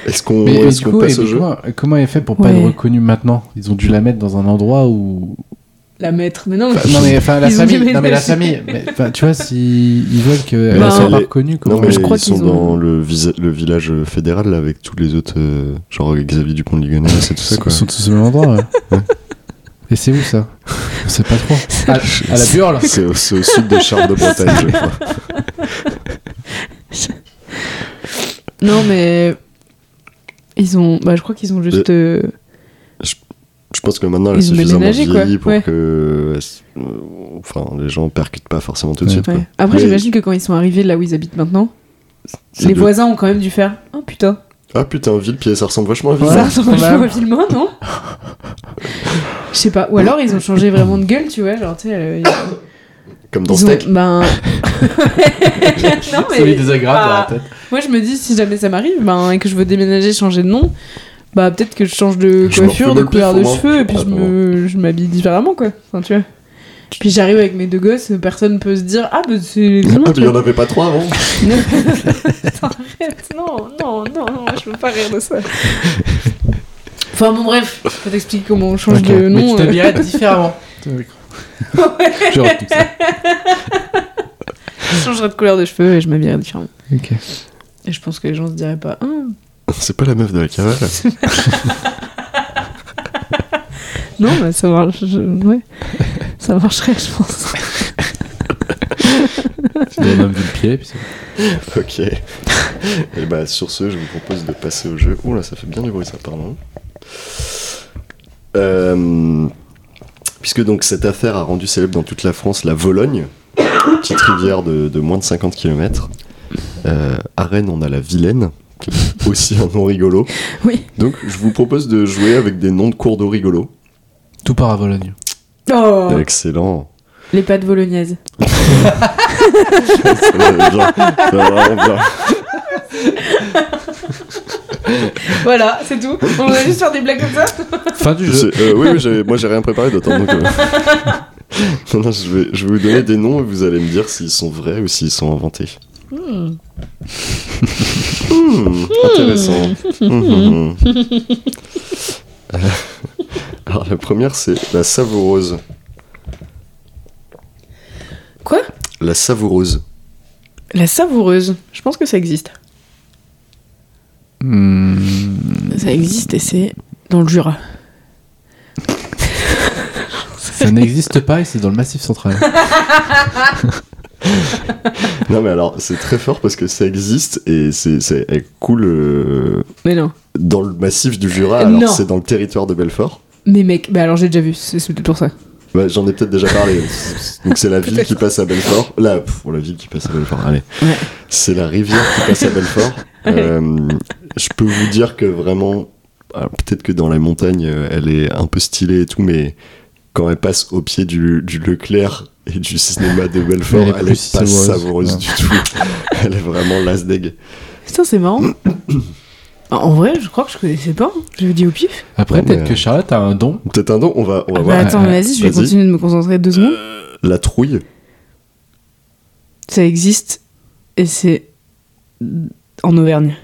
Speaker 2: Est-ce qu'on
Speaker 4: Mais euh,
Speaker 2: est-ce
Speaker 4: du
Speaker 2: qu'on
Speaker 4: coup,
Speaker 2: passe
Speaker 4: et
Speaker 2: au
Speaker 4: du
Speaker 2: jeu
Speaker 4: coup, euh, comment elle fait pour pas
Speaker 5: Ouais.
Speaker 4: être reconnue maintenant Ils ont dû la mettre dans un endroit où.
Speaker 5: La maître, mais non.
Speaker 2: Bah,
Speaker 4: Enfin, non, mais enfin, la
Speaker 5: Bah, Ils ont
Speaker 4: famille.
Speaker 5: déménagé.
Speaker 4: Non, mais la famille. Mais, enfin, tu vois, si ils veulent qu'elle
Speaker 5: Bah,
Speaker 4: soit pas
Speaker 2: les-
Speaker 4: reconnue, comment
Speaker 2: Non, mais
Speaker 5: je crois
Speaker 2: ils sont
Speaker 5: qu'ils ont-
Speaker 2: dans le, visa- le village fédéral là, avec tous les autres, euh, genre Xavier Dupont de Ligonnès et tout ça.
Speaker 4: Ils
Speaker 2: Quoi.
Speaker 4: sont tous au même endroit. ouais. Et c'est où ça On sait pas trop. À, à la Burle
Speaker 2: C'est au, c'est au sud de Charles de Bretagne, je crois.
Speaker 5: Non, mais. Ils ont. Bah, je crois qu'ils ont juste. euh,
Speaker 2: Je pense que maintenant, elle est
Speaker 5: Ils ont
Speaker 2: suffisamment
Speaker 5: déménagé, quoi.
Speaker 2: vieillie pour
Speaker 5: Ouais.
Speaker 2: que. elle s- euh, Enfin, les gens percutent pas forcément tout de
Speaker 4: Ouais.
Speaker 2: suite.
Speaker 5: ouais.
Speaker 2: quoi.
Speaker 5: Après,
Speaker 2: Mais
Speaker 5: j'imagine que quand ils sont arrivés là où ils habitent maintenant,
Speaker 2: ça
Speaker 5: les
Speaker 2: doit-
Speaker 5: voisins ont quand même dû faire. Oh putain,
Speaker 2: Ah putain, Villepied, ça ressemble vachement à Ville.
Speaker 5: ça
Speaker 4: Ouais,
Speaker 5: ressemble vachement à
Speaker 4: probable.
Speaker 5: Villemont, hein, non Je sais pas. Ou alors ils ont changé vraiment de gueule, tu vois. Genre, tu sais. euh, ils-
Speaker 2: Comme dans
Speaker 5: ils
Speaker 2: Steak.
Speaker 5: ont. Ben. non, mais.
Speaker 4: Celui des agrafes dans la
Speaker 5: bah,
Speaker 4: tête.
Speaker 5: Moi, je me dis, si jamais ça m'arrive, ben, et que je veux déménager, changer de nom, bah, peut-être que je change de
Speaker 2: Je me
Speaker 5: coiffure,
Speaker 2: refais
Speaker 5: de
Speaker 2: le pif,
Speaker 5: couleur de
Speaker 2: au moins.
Speaker 5: cheveux, et puis je me- je m'habille différemment, quoi. Enfin, tu vois. Puis j'arrive avec mes deux gosses, personne peut se dire, ah, bah, c'est.
Speaker 2: Ah, mais
Speaker 5: Non,
Speaker 2: il y en avait pas trois avant.
Speaker 5: non, non, non, non, je veux pas rire de ça. Enfin, bon, bref, je t'explique comment on change
Speaker 4: Ok.
Speaker 5: de
Speaker 4: Mais tu
Speaker 5: nom. euh.
Speaker 4: t'habillerais différemment. J'ai retenu ça.
Speaker 5: Je changerais de couleur de cheveux et je m'habillerais différemment.
Speaker 4: Ok.
Speaker 5: Et je pense que les gens se diraient pas, Hum,
Speaker 2: C'est pas la meuf de la cavale.
Speaker 5: Non, mais ça marche. je- Ouais. Ça marcherait, je pense.
Speaker 4: Tu donnes un vu le pied, puis c'est
Speaker 2: ok. Et bah, sur ce, je vous propose de passer au jeu. Oula, ça fait bien du bruit, ça, pardon. Euh, puisque donc cette affaire a rendu célèbre dans toute la France la Vologne, petite rivière de, de moins de 50 km. à Rennes, on a la Vilaine, qui est aussi un nom rigolo.
Speaker 5: Oui.
Speaker 2: Donc, je vous propose de jouer avec des noms de cours d'eau rigolos.
Speaker 4: tout part à Vologne.
Speaker 5: Oh
Speaker 2: Excellent.
Speaker 5: Les pâtes bolognaises.
Speaker 2: Excellent, bien. Vraiment bien.
Speaker 5: Voilà, c'est tout. On va juste faire des blagues comme ça.
Speaker 4: Fin du
Speaker 2: Je
Speaker 4: jeu.
Speaker 2: sais- euh, oui, oui, j'ai- moi j'ai rien préparé d'autant. Donc, euh, non, non, je, vais, je vais vous donner des noms et vous allez me dire s'ils sont vrais ou s'ils sont inventés. Hmm, intéressant. Hmm, hmm, hmm. Alors la première c'est la savoureuse.
Speaker 5: Quoi
Speaker 2: La savoureuse.
Speaker 5: La savoureuse. Je pense que ça existe.
Speaker 4: Hmm.
Speaker 5: Ça existe et c'est dans le Jura.
Speaker 4: Ça n'existe pas et c'est dans le massif central.
Speaker 2: Non mais alors c'est très fort parce que ça existe et c'est, c'est- elle coule euh,
Speaker 5: Mais non.
Speaker 2: dans le massif du Jura.
Speaker 5: Euh,
Speaker 2: Alors
Speaker 5: non.
Speaker 2: c'est dans le territoire de Belfort.
Speaker 5: Mais mec, bah alors j'ai déjà vu, c'est c'est peut-être pour ça.
Speaker 2: Bah, J'en ai peut-être déjà parlé. Donc c'est la ville
Speaker 5: Peut-être.
Speaker 2: qui passe à Belfort. Là, pff, la ville qui passe à Belfort. Allez,
Speaker 5: Ouais.
Speaker 2: c'est la rivière qui passe à Belfort. Euh, je peux vous dire que vraiment, alors, peut-être que dans la montagne, euh, elle est un peu stylée et tout, mais quand elle passe au pied du, du Leclerc et du cinéma de Belfort,
Speaker 4: Elle est
Speaker 2: elle
Speaker 4: plus
Speaker 2: est pas
Speaker 4: savoureuse.
Speaker 2: savoureuse
Speaker 4: Ouais.
Speaker 2: du tout. elle est vraiment lasdeg.
Speaker 5: Putain, c'est marrant. En vrai, je crois que je connaissais pas. hein. Je vous dis au pif.
Speaker 4: Après,
Speaker 2: Non, mais,
Speaker 4: peut-être
Speaker 2: euh,
Speaker 4: que Charlotte a un don.
Speaker 2: Peut-être un don. On va, on va voir.
Speaker 5: bah attends,
Speaker 4: euh,
Speaker 5: vas-y, je vais
Speaker 2: vas-y.
Speaker 5: continuer de me concentrer deux secondes.
Speaker 2: La trouille.
Speaker 5: Ça existe et c'est en Auvergne.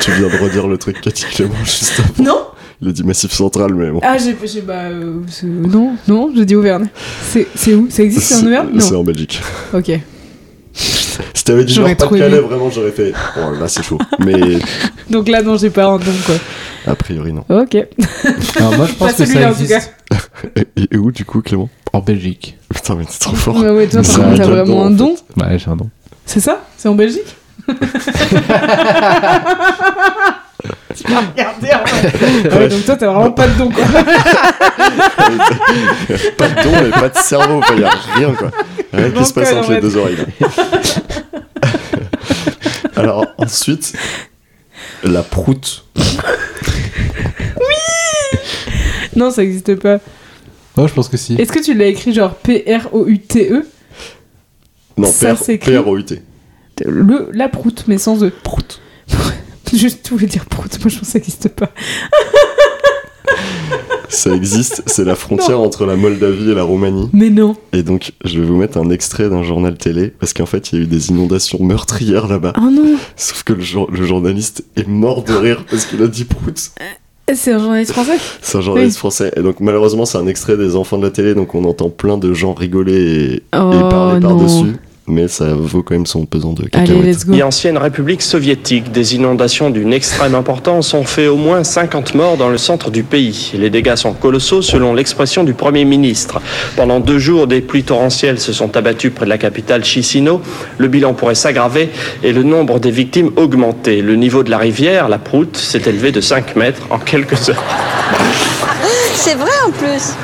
Speaker 2: Tu viens de redire le truc Cathy Clément juste avant.
Speaker 5: Non
Speaker 2: Il a dit Massif Central, mais bon.
Speaker 5: Ah, j'ai. j'ai- Bah. euh, c'est- non, non, j'ai dit Auvergne. C'est c'est où Ça existe c'est en Auvergne
Speaker 2: C'est c'est
Speaker 5: Non.
Speaker 2: en Belgique.
Speaker 5: Ok.
Speaker 2: Si t'avais dit
Speaker 5: J'aurais
Speaker 2: genre pas
Speaker 5: trop
Speaker 2: de Calais,
Speaker 5: aimé.
Speaker 2: vraiment j'aurais fait. Bon, là c'est chaud. Mais
Speaker 5: Donc là, non, j'ai pas un nom, quoi.
Speaker 2: a priori non.
Speaker 5: Ok.
Speaker 4: Alors, moi, je pense que
Speaker 5: Pas
Speaker 4: ça
Speaker 5: celui-là, en tout
Speaker 4: existe
Speaker 2: Et, et où du coup Clément
Speaker 4: en Belgique.
Speaker 2: Putain mais t'es trop fort.
Speaker 5: Bah Ouais, ouais, toi, par
Speaker 2: C'est
Speaker 5: contre,
Speaker 2: un
Speaker 5: t'as
Speaker 2: don,
Speaker 5: vraiment
Speaker 2: en
Speaker 5: un
Speaker 2: fait.
Speaker 5: don.
Speaker 4: Ouais, j'ai un don.
Speaker 5: C'est ça C'est en Belgique Tu m'as regardé hein. Ah ouais, donc toi, t'as vraiment pas de don, quoi.
Speaker 2: pas de don mais pas de cerveau, quoi. y a rien quoi. Rien qui se passe
Speaker 5: Bancal, en
Speaker 2: entre les
Speaker 5: fait.
Speaker 2: deux oreilles. là. Alors ensuite, la proute.
Speaker 5: Non, ça existe pas.
Speaker 4: Moi, je pense que si.
Speaker 5: Est-ce que tu l'as écrit genre P-R-O-U-T-E
Speaker 2: Non,
Speaker 5: Ça s'écrit.
Speaker 2: P-R-O-U-T.
Speaker 5: Le, La proute, mais sans E. Prout. Juste, tout voulais dire prout. Moi, je pense que ça existe pas.
Speaker 2: Ça existe, c'est la frontière entre la Moldavie et la Roumanie.
Speaker 5: Mais non.
Speaker 2: Et donc, je vais vous mettre un extrait d'un journal télé, parce qu'en fait, il y a eu des inondations meurtrières là-bas.
Speaker 5: Oh non.
Speaker 2: Sauf que le, jour- le journaliste est mort de rire parce qu'il a dit prout.
Speaker 5: C'est un journaliste français
Speaker 2: C'est un journaliste français. Et donc malheureusement c'est un extrait des enfants de la télé, donc on entend plein de gens rigoler et, et
Speaker 5: Oh
Speaker 2: parler
Speaker 5: non.
Speaker 2: par-dessus. mais ça vaut quand même son pesant de
Speaker 5: Allez,
Speaker 2: cacahuètes.
Speaker 5: let's go.
Speaker 6: Et ancienne République soviétique, des inondations d'une extrême importance ont fait au moins 50 morts dans le centre du pays. Les dégâts sont colossaux selon l'expression du Premier ministre. Pendant deux jours, des pluies torrentielles se sont abattues près de la capitale Chisinau. Le bilan pourrait s'aggraver et le nombre des victimes augmenter. Le niveau de la rivière, la Proute, s'est élevé de 5 mètres en quelques heures.
Speaker 7: C'est vrai en plus.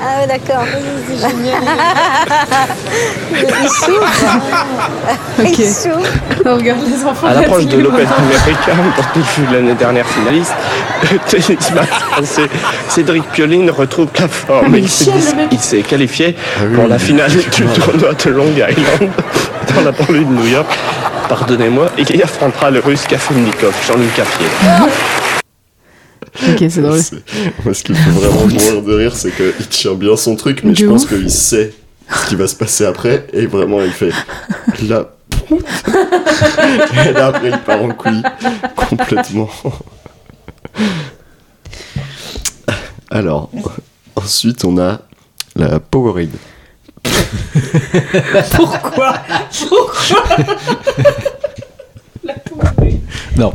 Speaker 7: ah ouais, d'accord. Il souffre.
Speaker 5: Ok.
Speaker 7: Il souffre.
Speaker 5: On regarde les enfants.
Speaker 6: À l'approche de
Speaker 5: là-dessus.
Speaker 6: l'Open américain, dont il fut l'année dernière finaliste, le tennisman français Cédric Pioline retrouve la forme. Il s'est,
Speaker 5: Michel, le mec.
Speaker 6: il s'est qualifié
Speaker 2: Ah oui,
Speaker 6: pour la
Speaker 2: oui,
Speaker 6: finale du
Speaker 2: effectivement.
Speaker 6: tournoi de Long Island dans la banlieue de New York. Pardonnez-moi, et il affrontera le russe Kafelnikov, Jean-Luc Cafier.
Speaker 5: Ok, c'est drôle.
Speaker 2: C'est- Moi, ce qui me fait vraiment mourir de rire, c'est qu'il tient bien son truc, mais
Speaker 5: De
Speaker 2: je pense
Speaker 5: ouf.
Speaker 2: qu'il sait ce qui va se passer après, et vraiment, il fait la. et là, après, il part en couille complètement. Alors, ensuite, on a la Powerade.
Speaker 3: Pourquoi Pourquoi
Speaker 4: Non.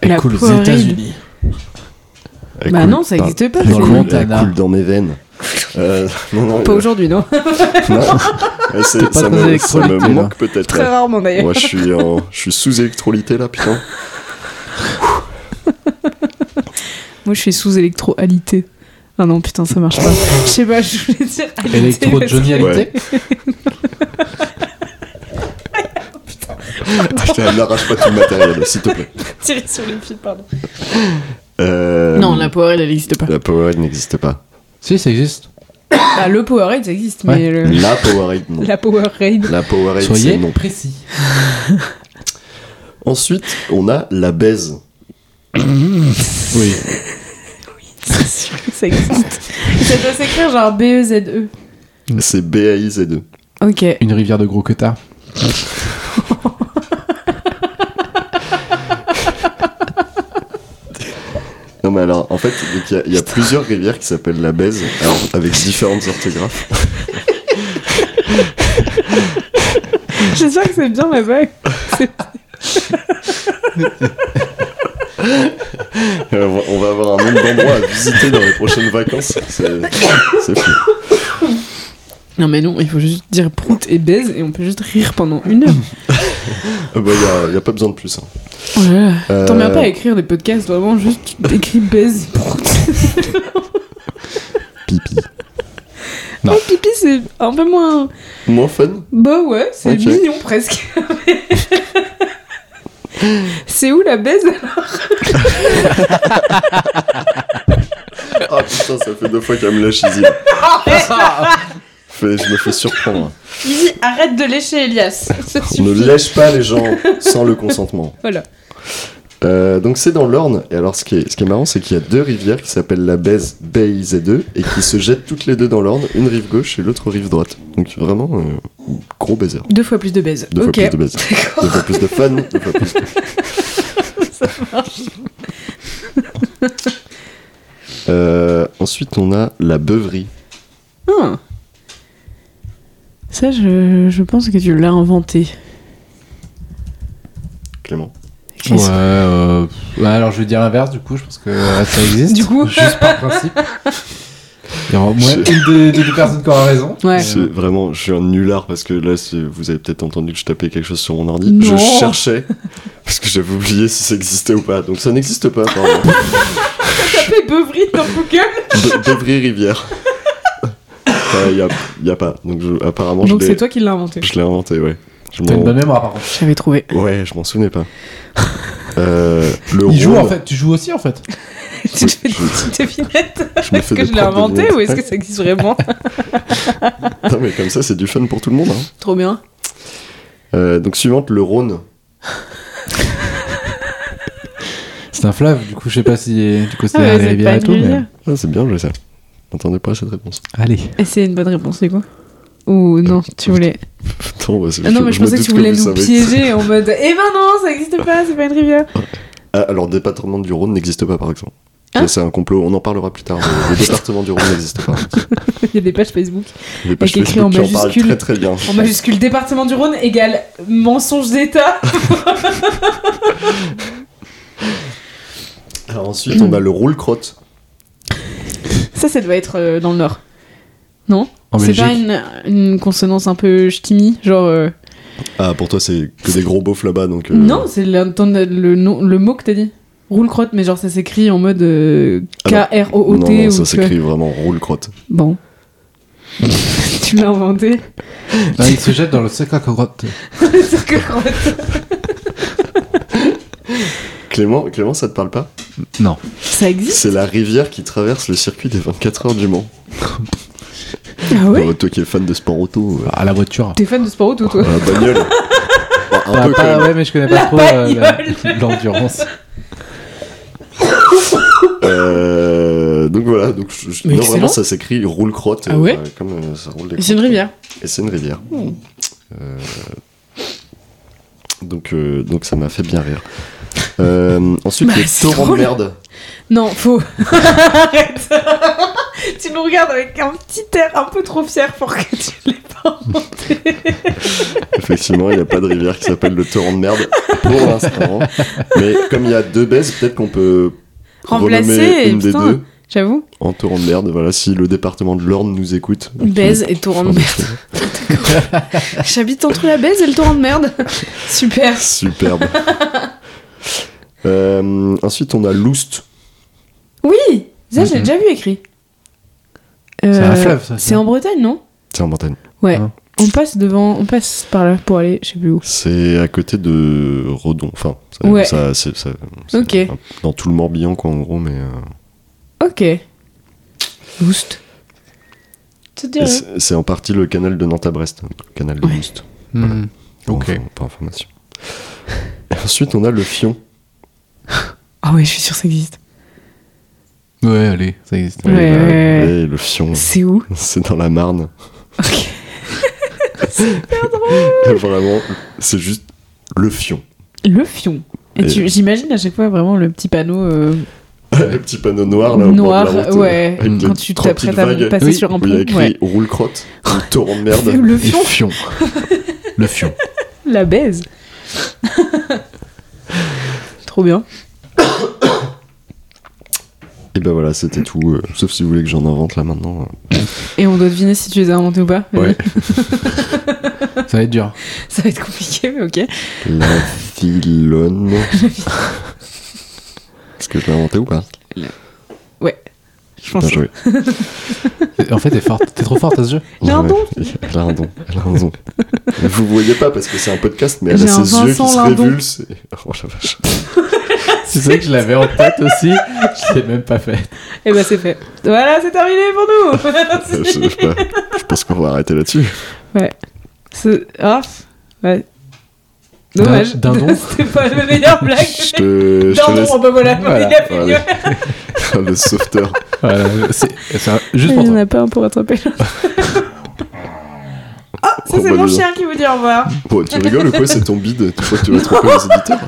Speaker 4: Elle
Speaker 5: La
Speaker 4: coule aux
Speaker 5: Powerade.
Speaker 4: États-Unis.
Speaker 2: Elle
Speaker 5: Bah
Speaker 2: coule
Speaker 5: non, ça
Speaker 2: par-
Speaker 5: existe pas.
Speaker 2: Elle
Speaker 4: Dans le
Speaker 2: coule-
Speaker 4: Montana.
Speaker 2: Elle coule dans mes veines. Euh, non, non,
Speaker 5: Pas
Speaker 2: euh,
Speaker 5: aujourd'hui, non
Speaker 2: non. Ouais, c'est-
Speaker 4: pas
Speaker 2: ça, me, ça
Speaker 4: très
Speaker 2: me
Speaker 4: électrolyté, là.
Speaker 2: manque peut-être.
Speaker 5: Très rarement d'ailleurs.
Speaker 2: Moi, je suis, en- je suis sous électrolyté là, putain.
Speaker 5: Moi, je suis sous électro-alité. Ah non, putain, ça marche pas. Je sais pas, je voulais dire. alité,
Speaker 4: Électro
Speaker 5: parce-
Speaker 2: Ouais.
Speaker 4: Johnny Hallyday.
Speaker 2: Putain, n'arrache pas tout le matériel, s'il te plaît.
Speaker 5: Tirer sur les fils, pardon.
Speaker 2: Euh,
Speaker 5: Non, la Powerade, elle existe pas.
Speaker 2: La Powerade n'existe pas.
Speaker 4: Si, ça existe.
Speaker 5: Bah, le Powerade, ça existe,
Speaker 4: Ouais.
Speaker 5: mais le-
Speaker 2: La Powerade, non.
Speaker 5: la Euh, Powerade.
Speaker 2: La Powerade, c'est
Speaker 4: Soyez
Speaker 2: non.
Speaker 4: précis.
Speaker 2: Ensuite, on a la baise.
Speaker 4: Oui.
Speaker 5: C'est sûr que ça existe. ça doit s'écrire genre E B-E-Z-E.
Speaker 2: C'est B-A-I-Z-E.
Speaker 5: Ok.
Speaker 4: Une rivière de gros queutards.
Speaker 2: Non, mais alors, en fait, donc, il y a, il y a plusieurs rivières qui s'appellent la baise, alors, avec différentes orthographes.
Speaker 5: J'espère que c'est bien là-bas.
Speaker 2: Euh, on va- on va avoir un nombre d'endroits à visiter dans les prochaines vacances. C'est c'est fou.
Speaker 5: Non, mais non, il faut juste dire prout et baise et on peut juste rire pendant une heure.
Speaker 2: Ah bah, Il n'y a, il y a pas besoin de plus. hein.
Speaker 5: Oh là là. T'en viens
Speaker 2: Euh,
Speaker 5: pas à écrire des podcasts, vraiment, juste écris baise, prout.
Speaker 2: Pipi.
Speaker 4: Non.
Speaker 5: Oh, pipi, c'est un peu moins.
Speaker 2: Moins fun
Speaker 5: Bah ouais, c'est
Speaker 2: Ok.
Speaker 5: mignon presque. c'est où la baise
Speaker 2: Ah putain, ça fait deux fois qu'elle me lâche Izzy. Fait- Je me fais surprendre.
Speaker 5: Izzy, arrête de lécher Elias. Ça
Speaker 2: On ne
Speaker 5: suffit.
Speaker 2: lèche pas les gens sans le consentement.
Speaker 5: Voilà.
Speaker 2: Euh, donc c'est dans l'Orne. Et alors ce qui est, ce qui est marrant, c'est qu'il y a deux rivières qui s'appellent la Baise BIZ2 et qui se jettent toutes les deux dans l'Orne, une rive gauche et l'autre rive droite. Donc vraiment, euh, gros baiser.
Speaker 5: Deux fois plus de baise.
Speaker 2: Deux
Speaker 5: ok.
Speaker 2: fois plus de baiser. Deux fois plus de fun. Deux fois plus de... Euh, ensuite, on a la beuverie.
Speaker 5: Ah. Ça, je, je pense que tu l'as inventé.
Speaker 2: Clément.
Speaker 4: Ouais, euh, ouais, alors je vais dire l'inverse du coup, je pense que euh, ça existe.
Speaker 5: Du coup.
Speaker 4: juste par principe. Il y aura au moins
Speaker 2: Je-
Speaker 4: une des, des deux personnes qui aura raison.
Speaker 5: Ouais.
Speaker 2: C'est vraiment, je suis un nullard parce que là, c'est- vous avez peut-être entendu que je tapais quelque chose sur mon ordi.
Speaker 5: Non.
Speaker 2: Je cherchais parce que j'avais oublié si ça existait ou pas. Donc ça n'existe pas. apparemment.
Speaker 5: Tapez beuvrite dans Google.
Speaker 2: Be- Bevry Rivière. Il n'y a, Euh, y a pas. Donc je- apparemment,
Speaker 5: Donc
Speaker 2: je
Speaker 5: c'est
Speaker 2: l'ai-
Speaker 5: toi qui l'as inventé.
Speaker 2: je l'ai inventé, ouais. Je
Speaker 4: T'as une
Speaker 2: m'en-
Speaker 4: bonne mémoire par contre.
Speaker 5: J'avais trouvé.
Speaker 2: Ouais, je m'en souvenais pas. Euh, le
Speaker 4: Il joue
Speaker 2: rôle,
Speaker 4: en fait, tu joues aussi en fait.
Speaker 5: tu te fais des petites devinettes.
Speaker 2: Je me fais
Speaker 5: Est-ce que
Speaker 2: des
Speaker 5: je l'ai
Speaker 2: propres
Speaker 5: inventé
Speaker 2: devinettes.
Speaker 5: ou est-ce que ça existe vraiment
Speaker 2: Non, mais comme ça, c'est du fun pour tout le monde. hein.
Speaker 5: Trop bien.
Speaker 2: Euh, donc suivante, le Rhône.
Speaker 4: C'est un fleuve, du coup je sais pas si du coup c'est
Speaker 5: Ah
Speaker 4: la
Speaker 5: ouais, c'est
Speaker 4: rivière
Speaker 5: pas hein.
Speaker 4: et tout.
Speaker 5: une
Speaker 4: Mais...
Speaker 5: rivière.
Speaker 2: Ah, c'est bien joué ça. N'entendez pas cette réponse.
Speaker 4: Allez.
Speaker 5: Et c'est une bonne réponse, c'est quoi Ou non, tu voulais.
Speaker 2: Attends, bah, c'est-
Speaker 5: Ah non, mais je,
Speaker 2: Euh, me
Speaker 5: pensais que
Speaker 2: doute
Speaker 5: tu voulais
Speaker 2: vous
Speaker 5: nous
Speaker 2: savez.
Speaker 5: piéger en mode Eh ben non, ça existe pas, c'est pas une rivière.
Speaker 2: Ah, alors, département du Rhône n'existe pas, par exemple.
Speaker 3: Hein
Speaker 2: c'est un complot, on en parlera plus tard. Le, le département du Rhône n'existe pas.
Speaker 5: Il y a des pages Facebook.
Speaker 2: Les pages
Speaker 5: écrit
Speaker 2: Facebook
Speaker 5: en
Speaker 2: qui en parlent
Speaker 5: majuscule.
Speaker 2: très très bien.
Speaker 5: En majuscule, département du Rhône égale mensonge d'État.
Speaker 2: Alors ensuite,
Speaker 5: Hmm.
Speaker 2: on a le roule-crotte.
Speaker 5: Ça, ça doit être euh, dans le Nord. Non
Speaker 4: En
Speaker 5: C'est
Speaker 4: Belgique.
Speaker 5: pas une, une consonance un peu ch'timi, genre. euh,
Speaker 2: Ah, pour toi, c'est que des gros beaufs là-bas, donc. euh,
Speaker 5: Non, c'est la- ton- le, nom- le mot que t'as dit. Roule-crotte, mais genre ça s'écrit en mode euh,
Speaker 2: Ah Non,
Speaker 5: K-R-O-O-T.
Speaker 2: non, ça
Speaker 5: ou tu vois.
Speaker 2: s'écrit vraiment roule-crotte.
Speaker 5: Bon. tu l'as inventé.
Speaker 4: Non, il se jette dans le sac à carottes.
Speaker 5: Sur que crotte.
Speaker 2: Clément, Clément, ça te parle pas
Speaker 4: Non.
Speaker 5: Ça existe
Speaker 2: C'est la rivière qui traverse le circuit des 24 heures du Mans.
Speaker 5: Ah ouais
Speaker 2: Bon, toi qui es fan de sport auto, euh,
Speaker 4: Ah, la voiture.
Speaker 5: T'es fan de sport auto, toi
Speaker 2: la bagnole. Bah, un
Speaker 4: Ah,
Speaker 2: peu quand
Speaker 4: pas-
Speaker 2: même.
Speaker 4: ouais, mais je connais pas trop euh, la- l'endurance.
Speaker 2: Euh, donc voilà, donc je- je-
Speaker 5: Mais
Speaker 2: non,
Speaker 5: excellent.
Speaker 2: vraiment ça s'écrit roule crotte,
Speaker 5: Ah ouais
Speaker 2: comme euh, ça roule. des
Speaker 5: C'est une
Speaker 2: crottes.
Speaker 5: rivière.
Speaker 2: Et c'est une rivière. Euh, donc euh, donc ça m'a fait bien rire. Euh, ensuite
Speaker 5: Bah,
Speaker 2: le
Speaker 5: c'est
Speaker 2: torrent de
Speaker 5: drôle.
Speaker 2: merde.
Speaker 5: Non, faux. Arrête. tu nous regardes avec un petit air un peu trop fier pour que tu l'aies pas inventé.
Speaker 2: Effectivement, il n'y a pas de rivière qui s'appelle le torrent de merde pour l'instant. Mais comme il y a deux baises, peut-être qu'on peut
Speaker 5: Remplacer,
Speaker 2: renommer une des
Speaker 5: putain.
Speaker 2: deux
Speaker 5: J'avoue.
Speaker 2: en torrent de merde. Voilà, si le département de l'Orne nous écoute.
Speaker 5: Baise et torrent de
Speaker 2: Enfin,
Speaker 5: merde. J'habite entre la baise et le torrent de merde. Super.
Speaker 2: Superbe. Euh, ensuite, on a Loust.
Speaker 3: Oui Ça, j'ai
Speaker 4: Mhm.
Speaker 3: déjà vu écrit.
Speaker 4: C'est un
Speaker 3: Euh,
Speaker 4: fleuve, ça.
Speaker 3: C'est en Bretagne, non
Speaker 2: C'est en montagne.
Speaker 3: On passe devant, on passe par là pour aller, je sais plus où.
Speaker 2: C'est à côté de Redon. Enfin, ça,
Speaker 3: Ouais.
Speaker 2: ça- c'est- ça- c'est
Speaker 3: Ok.
Speaker 2: un- dans tout le Morbihan, quoi, en gros. Mais euh,
Speaker 3: Ok. Boost.
Speaker 2: et c'est c'est en partie le canal de Nantes à Brest, hein, le canal de Loust.
Speaker 4: Hmm.
Speaker 2: Enfin,
Speaker 4: Ok.
Speaker 2: par information. Et ensuite, on a le Fion.
Speaker 3: Ah ouais, je suis sûre que ça existe.
Speaker 4: Ouais, allez, ça existe.
Speaker 3: Ouais.
Speaker 2: Et, bah,
Speaker 5: Euh,
Speaker 2: ouais, le Fion.
Speaker 3: C'est où
Speaker 2: C'est dans la Marne.
Speaker 3: Ok.
Speaker 2: Et Vraiment, c'est juste le Fion.
Speaker 5: Le fion. Et tu- J'imagine à chaque fois vraiment le petit panneau euh,
Speaker 2: le petit panneau noir, là, au
Speaker 5: noir,
Speaker 2: bord de la route.
Speaker 5: ouais,
Speaker 2: euh, avec
Speaker 5: quand
Speaker 2: les
Speaker 5: tu
Speaker 2: trois petites
Speaker 5: t'apprêtes à
Speaker 2: vagues.
Speaker 5: passer
Speaker 4: Oui,
Speaker 5: sur un
Speaker 2: Où il y a
Speaker 5: pont.
Speaker 2: écrit
Speaker 5: ouais.
Speaker 2: roule-crotte, torrent de merde.
Speaker 5: Le
Speaker 4: Et
Speaker 5: fion,
Speaker 4: fion. Le fion.
Speaker 5: la baise. Trop bien.
Speaker 2: Et ben voilà, c'était tout. euh, sauf si vous voulez que j'en invente là maintenant. euh.
Speaker 5: Et on doit deviner si tu les as inventés ou pas. Vas-y.
Speaker 2: Ouais.
Speaker 4: Ça va être dur.
Speaker 5: Ça va être compliqué, mais ok.
Speaker 2: La filone. Est-ce que je l'ai inventé ou pas
Speaker 5: Je
Speaker 2: Bien
Speaker 5: pense.
Speaker 2: joué.
Speaker 4: En fait, t'es forte. T'es trop forte à ce jeu.
Speaker 5: J'ai un
Speaker 2: Ouais,
Speaker 5: don.
Speaker 2: Elle a un don. Elle a un don. Vous voyez pas parce que c'est un podcast, mais elle a
Speaker 5: J'ai un
Speaker 2: ses yeux qui
Speaker 5: Vincent
Speaker 2: se
Speaker 5: Lindon.
Speaker 2: révulsent. et- Oh la vache.
Speaker 4: Tu sais que je l'avais en tête aussi. Je l'ai même pas fait.
Speaker 5: Et bah c'est fait. Voilà, c'est terminé pour nous.
Speaker 2: Euh,
Speaker 5: Merci.
Speaker 2: je, je sais pas. Je pense qu'on va arrêter là-dessus.
Speaker 5: C'est- Ah, ouais. Dommage.
Speaker 4: D'un- dindon.
Speaker 5: C'était pas le meilleur blague.
Speaker 2: Je te, je te
Speaker 5: Dindon,
Speaker 2: laisse.
Speaker 5: bah voilà,
Speaker 4: Voilà,
Speaker 5: il a fait
Speaker 2: voilà. Ah, le sauveteur.
Speaker 4: Voilà, c'est c'est un- juste
Speaker 5: mieux.
Speaker 4: pour
Speaker 5: Il n'y en
Speaker 4: toi.
Speaker 5: a pas un pour attraper l'autre.
Speaker 2: Oh,
Speaker 5: Ça, c'est
Speaker 2: bah,
Speaker 5: mon
Speaker 2: dis donc.
Speaker 5: chien qui vous dit au revoir.
Speaker 2: Bon, tu rigoles ou quoi C'est ton bide. Tu crois que tu vas tromper les éditeurs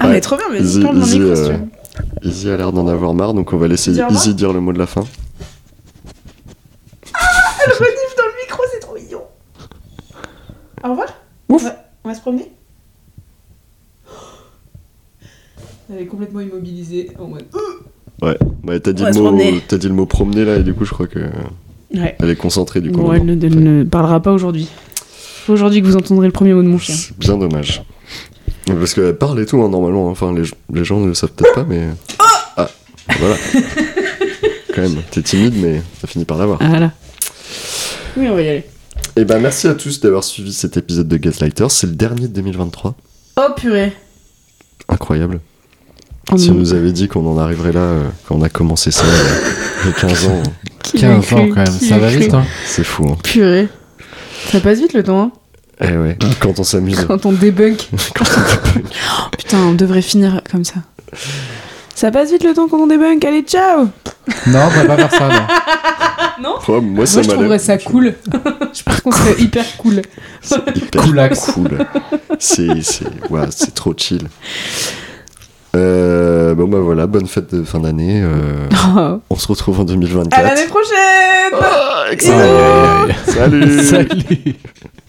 Speaker 5: Ah,
Speaker 2: Ouais.
Speaker 5: mais trop bien, mais
Speaker 2: Izzy,
Speaker 5: c'est pas mon
Speaker 2: Izzy,
Speaker 5: micro, si
Speaker 2: euh,
Speaker 5: tu veux.
Speaker 2: Izzy a l'air d'en avoir marre, donc on va laisser
Speaker 5: Dis au revoir.
Speaker 2: Izzy dire le mot de la fin.
Speaker 5: Elle renifle dans le micro, c'est trop mignon. Au revoir. On, va, on va se promener. Elle est complètement immobilisée en mode. oh,
Speaker 2: Ouais, ouais t'as dit,
Speaker 5: On va
Speaker 2: le
Speaker 5: se
Speaker 2: mot-
Speaker 5: promener.
Speaker 2: t'as dit le mot promener là, et du coup, je crois que
Speaker 5: Ouais.
Speaker 2: elle est concentrée du coup.
Speaker 3: Bon, elle
Speaker 2: maintenant.
Speaker 3: ne, elle ne parlera pas aujourd'hui. C'est Aujourd'hui que vous entendrez le premier mot de mon chien.
Speaker 2: C'est bien dommage. Parce qu'elle parle et tout, hein, normalement. Enfin, les, les gens ne le savent peut-être pas, mais.
Speaker 5: Oh
Speaker 2: Ah Voilà. Quand même, t'es timide, mais ça finit par l'avoir.
Speaker 3: Ah là.
Speaker 5: Oui, on va y aller.
Speaker 2: Et ben, merci à tous d'avoir suivi cet épisode de Gaslighter. C'est le dernier de 2023.
Speaker 5: Oh purée.
Speaker 2: Incroyable. Si on nous avait dit qu'on en arriverait là euh, quand on a commencé ça il y a 15 ans,
Speaker 3: Qui l'a
Speaker 4: 15 ans
Speaker 3: cru
Speaker 4: quand même.
Speaker 3: Qui
Speaker 4: Ça
Speaker 3: l'a
Speaker 4: va
Speaker 3: cru
Speaker 4: vite, hein.
Speaker 2: c'est fou. hein.
Speaker 3: Purée. Ça passe vite le temps. hein.
Speaker 2: Eh ouais, quand on s'amuse.
Speaker 5: Quand on débunk.
Speaker 3: Putain, on devrait finir comme ça. Ça passe vite le temps quand on débunk. Allez, ciao
Speaker 4: Non, on va pas faire ça, non.
Speaker 2: Oh, moi, ça
Speaker 5: Moi, je
Speaker 2: m'a
Speaker 5: trouverais
Speaker 2: l'air-
Speaker 5: ça cool. je pense qu'on serait hyper cool.
Speaker 2: C'est hyper
Speaker 4: Coolax.
Speaker 2: cool. C'est c'est- ouais, c'est trop chill. Euh, bon bah voilà, bonne fête de fin d'année. euh,
Speaker 3: Oh.
Speaker 5: À
Speaker 2: on se retrouve en 2024.
Speaker 5: l'année prochaine
Speaker 2: Excellent. Ah, Salut.
Speaker 4: Salut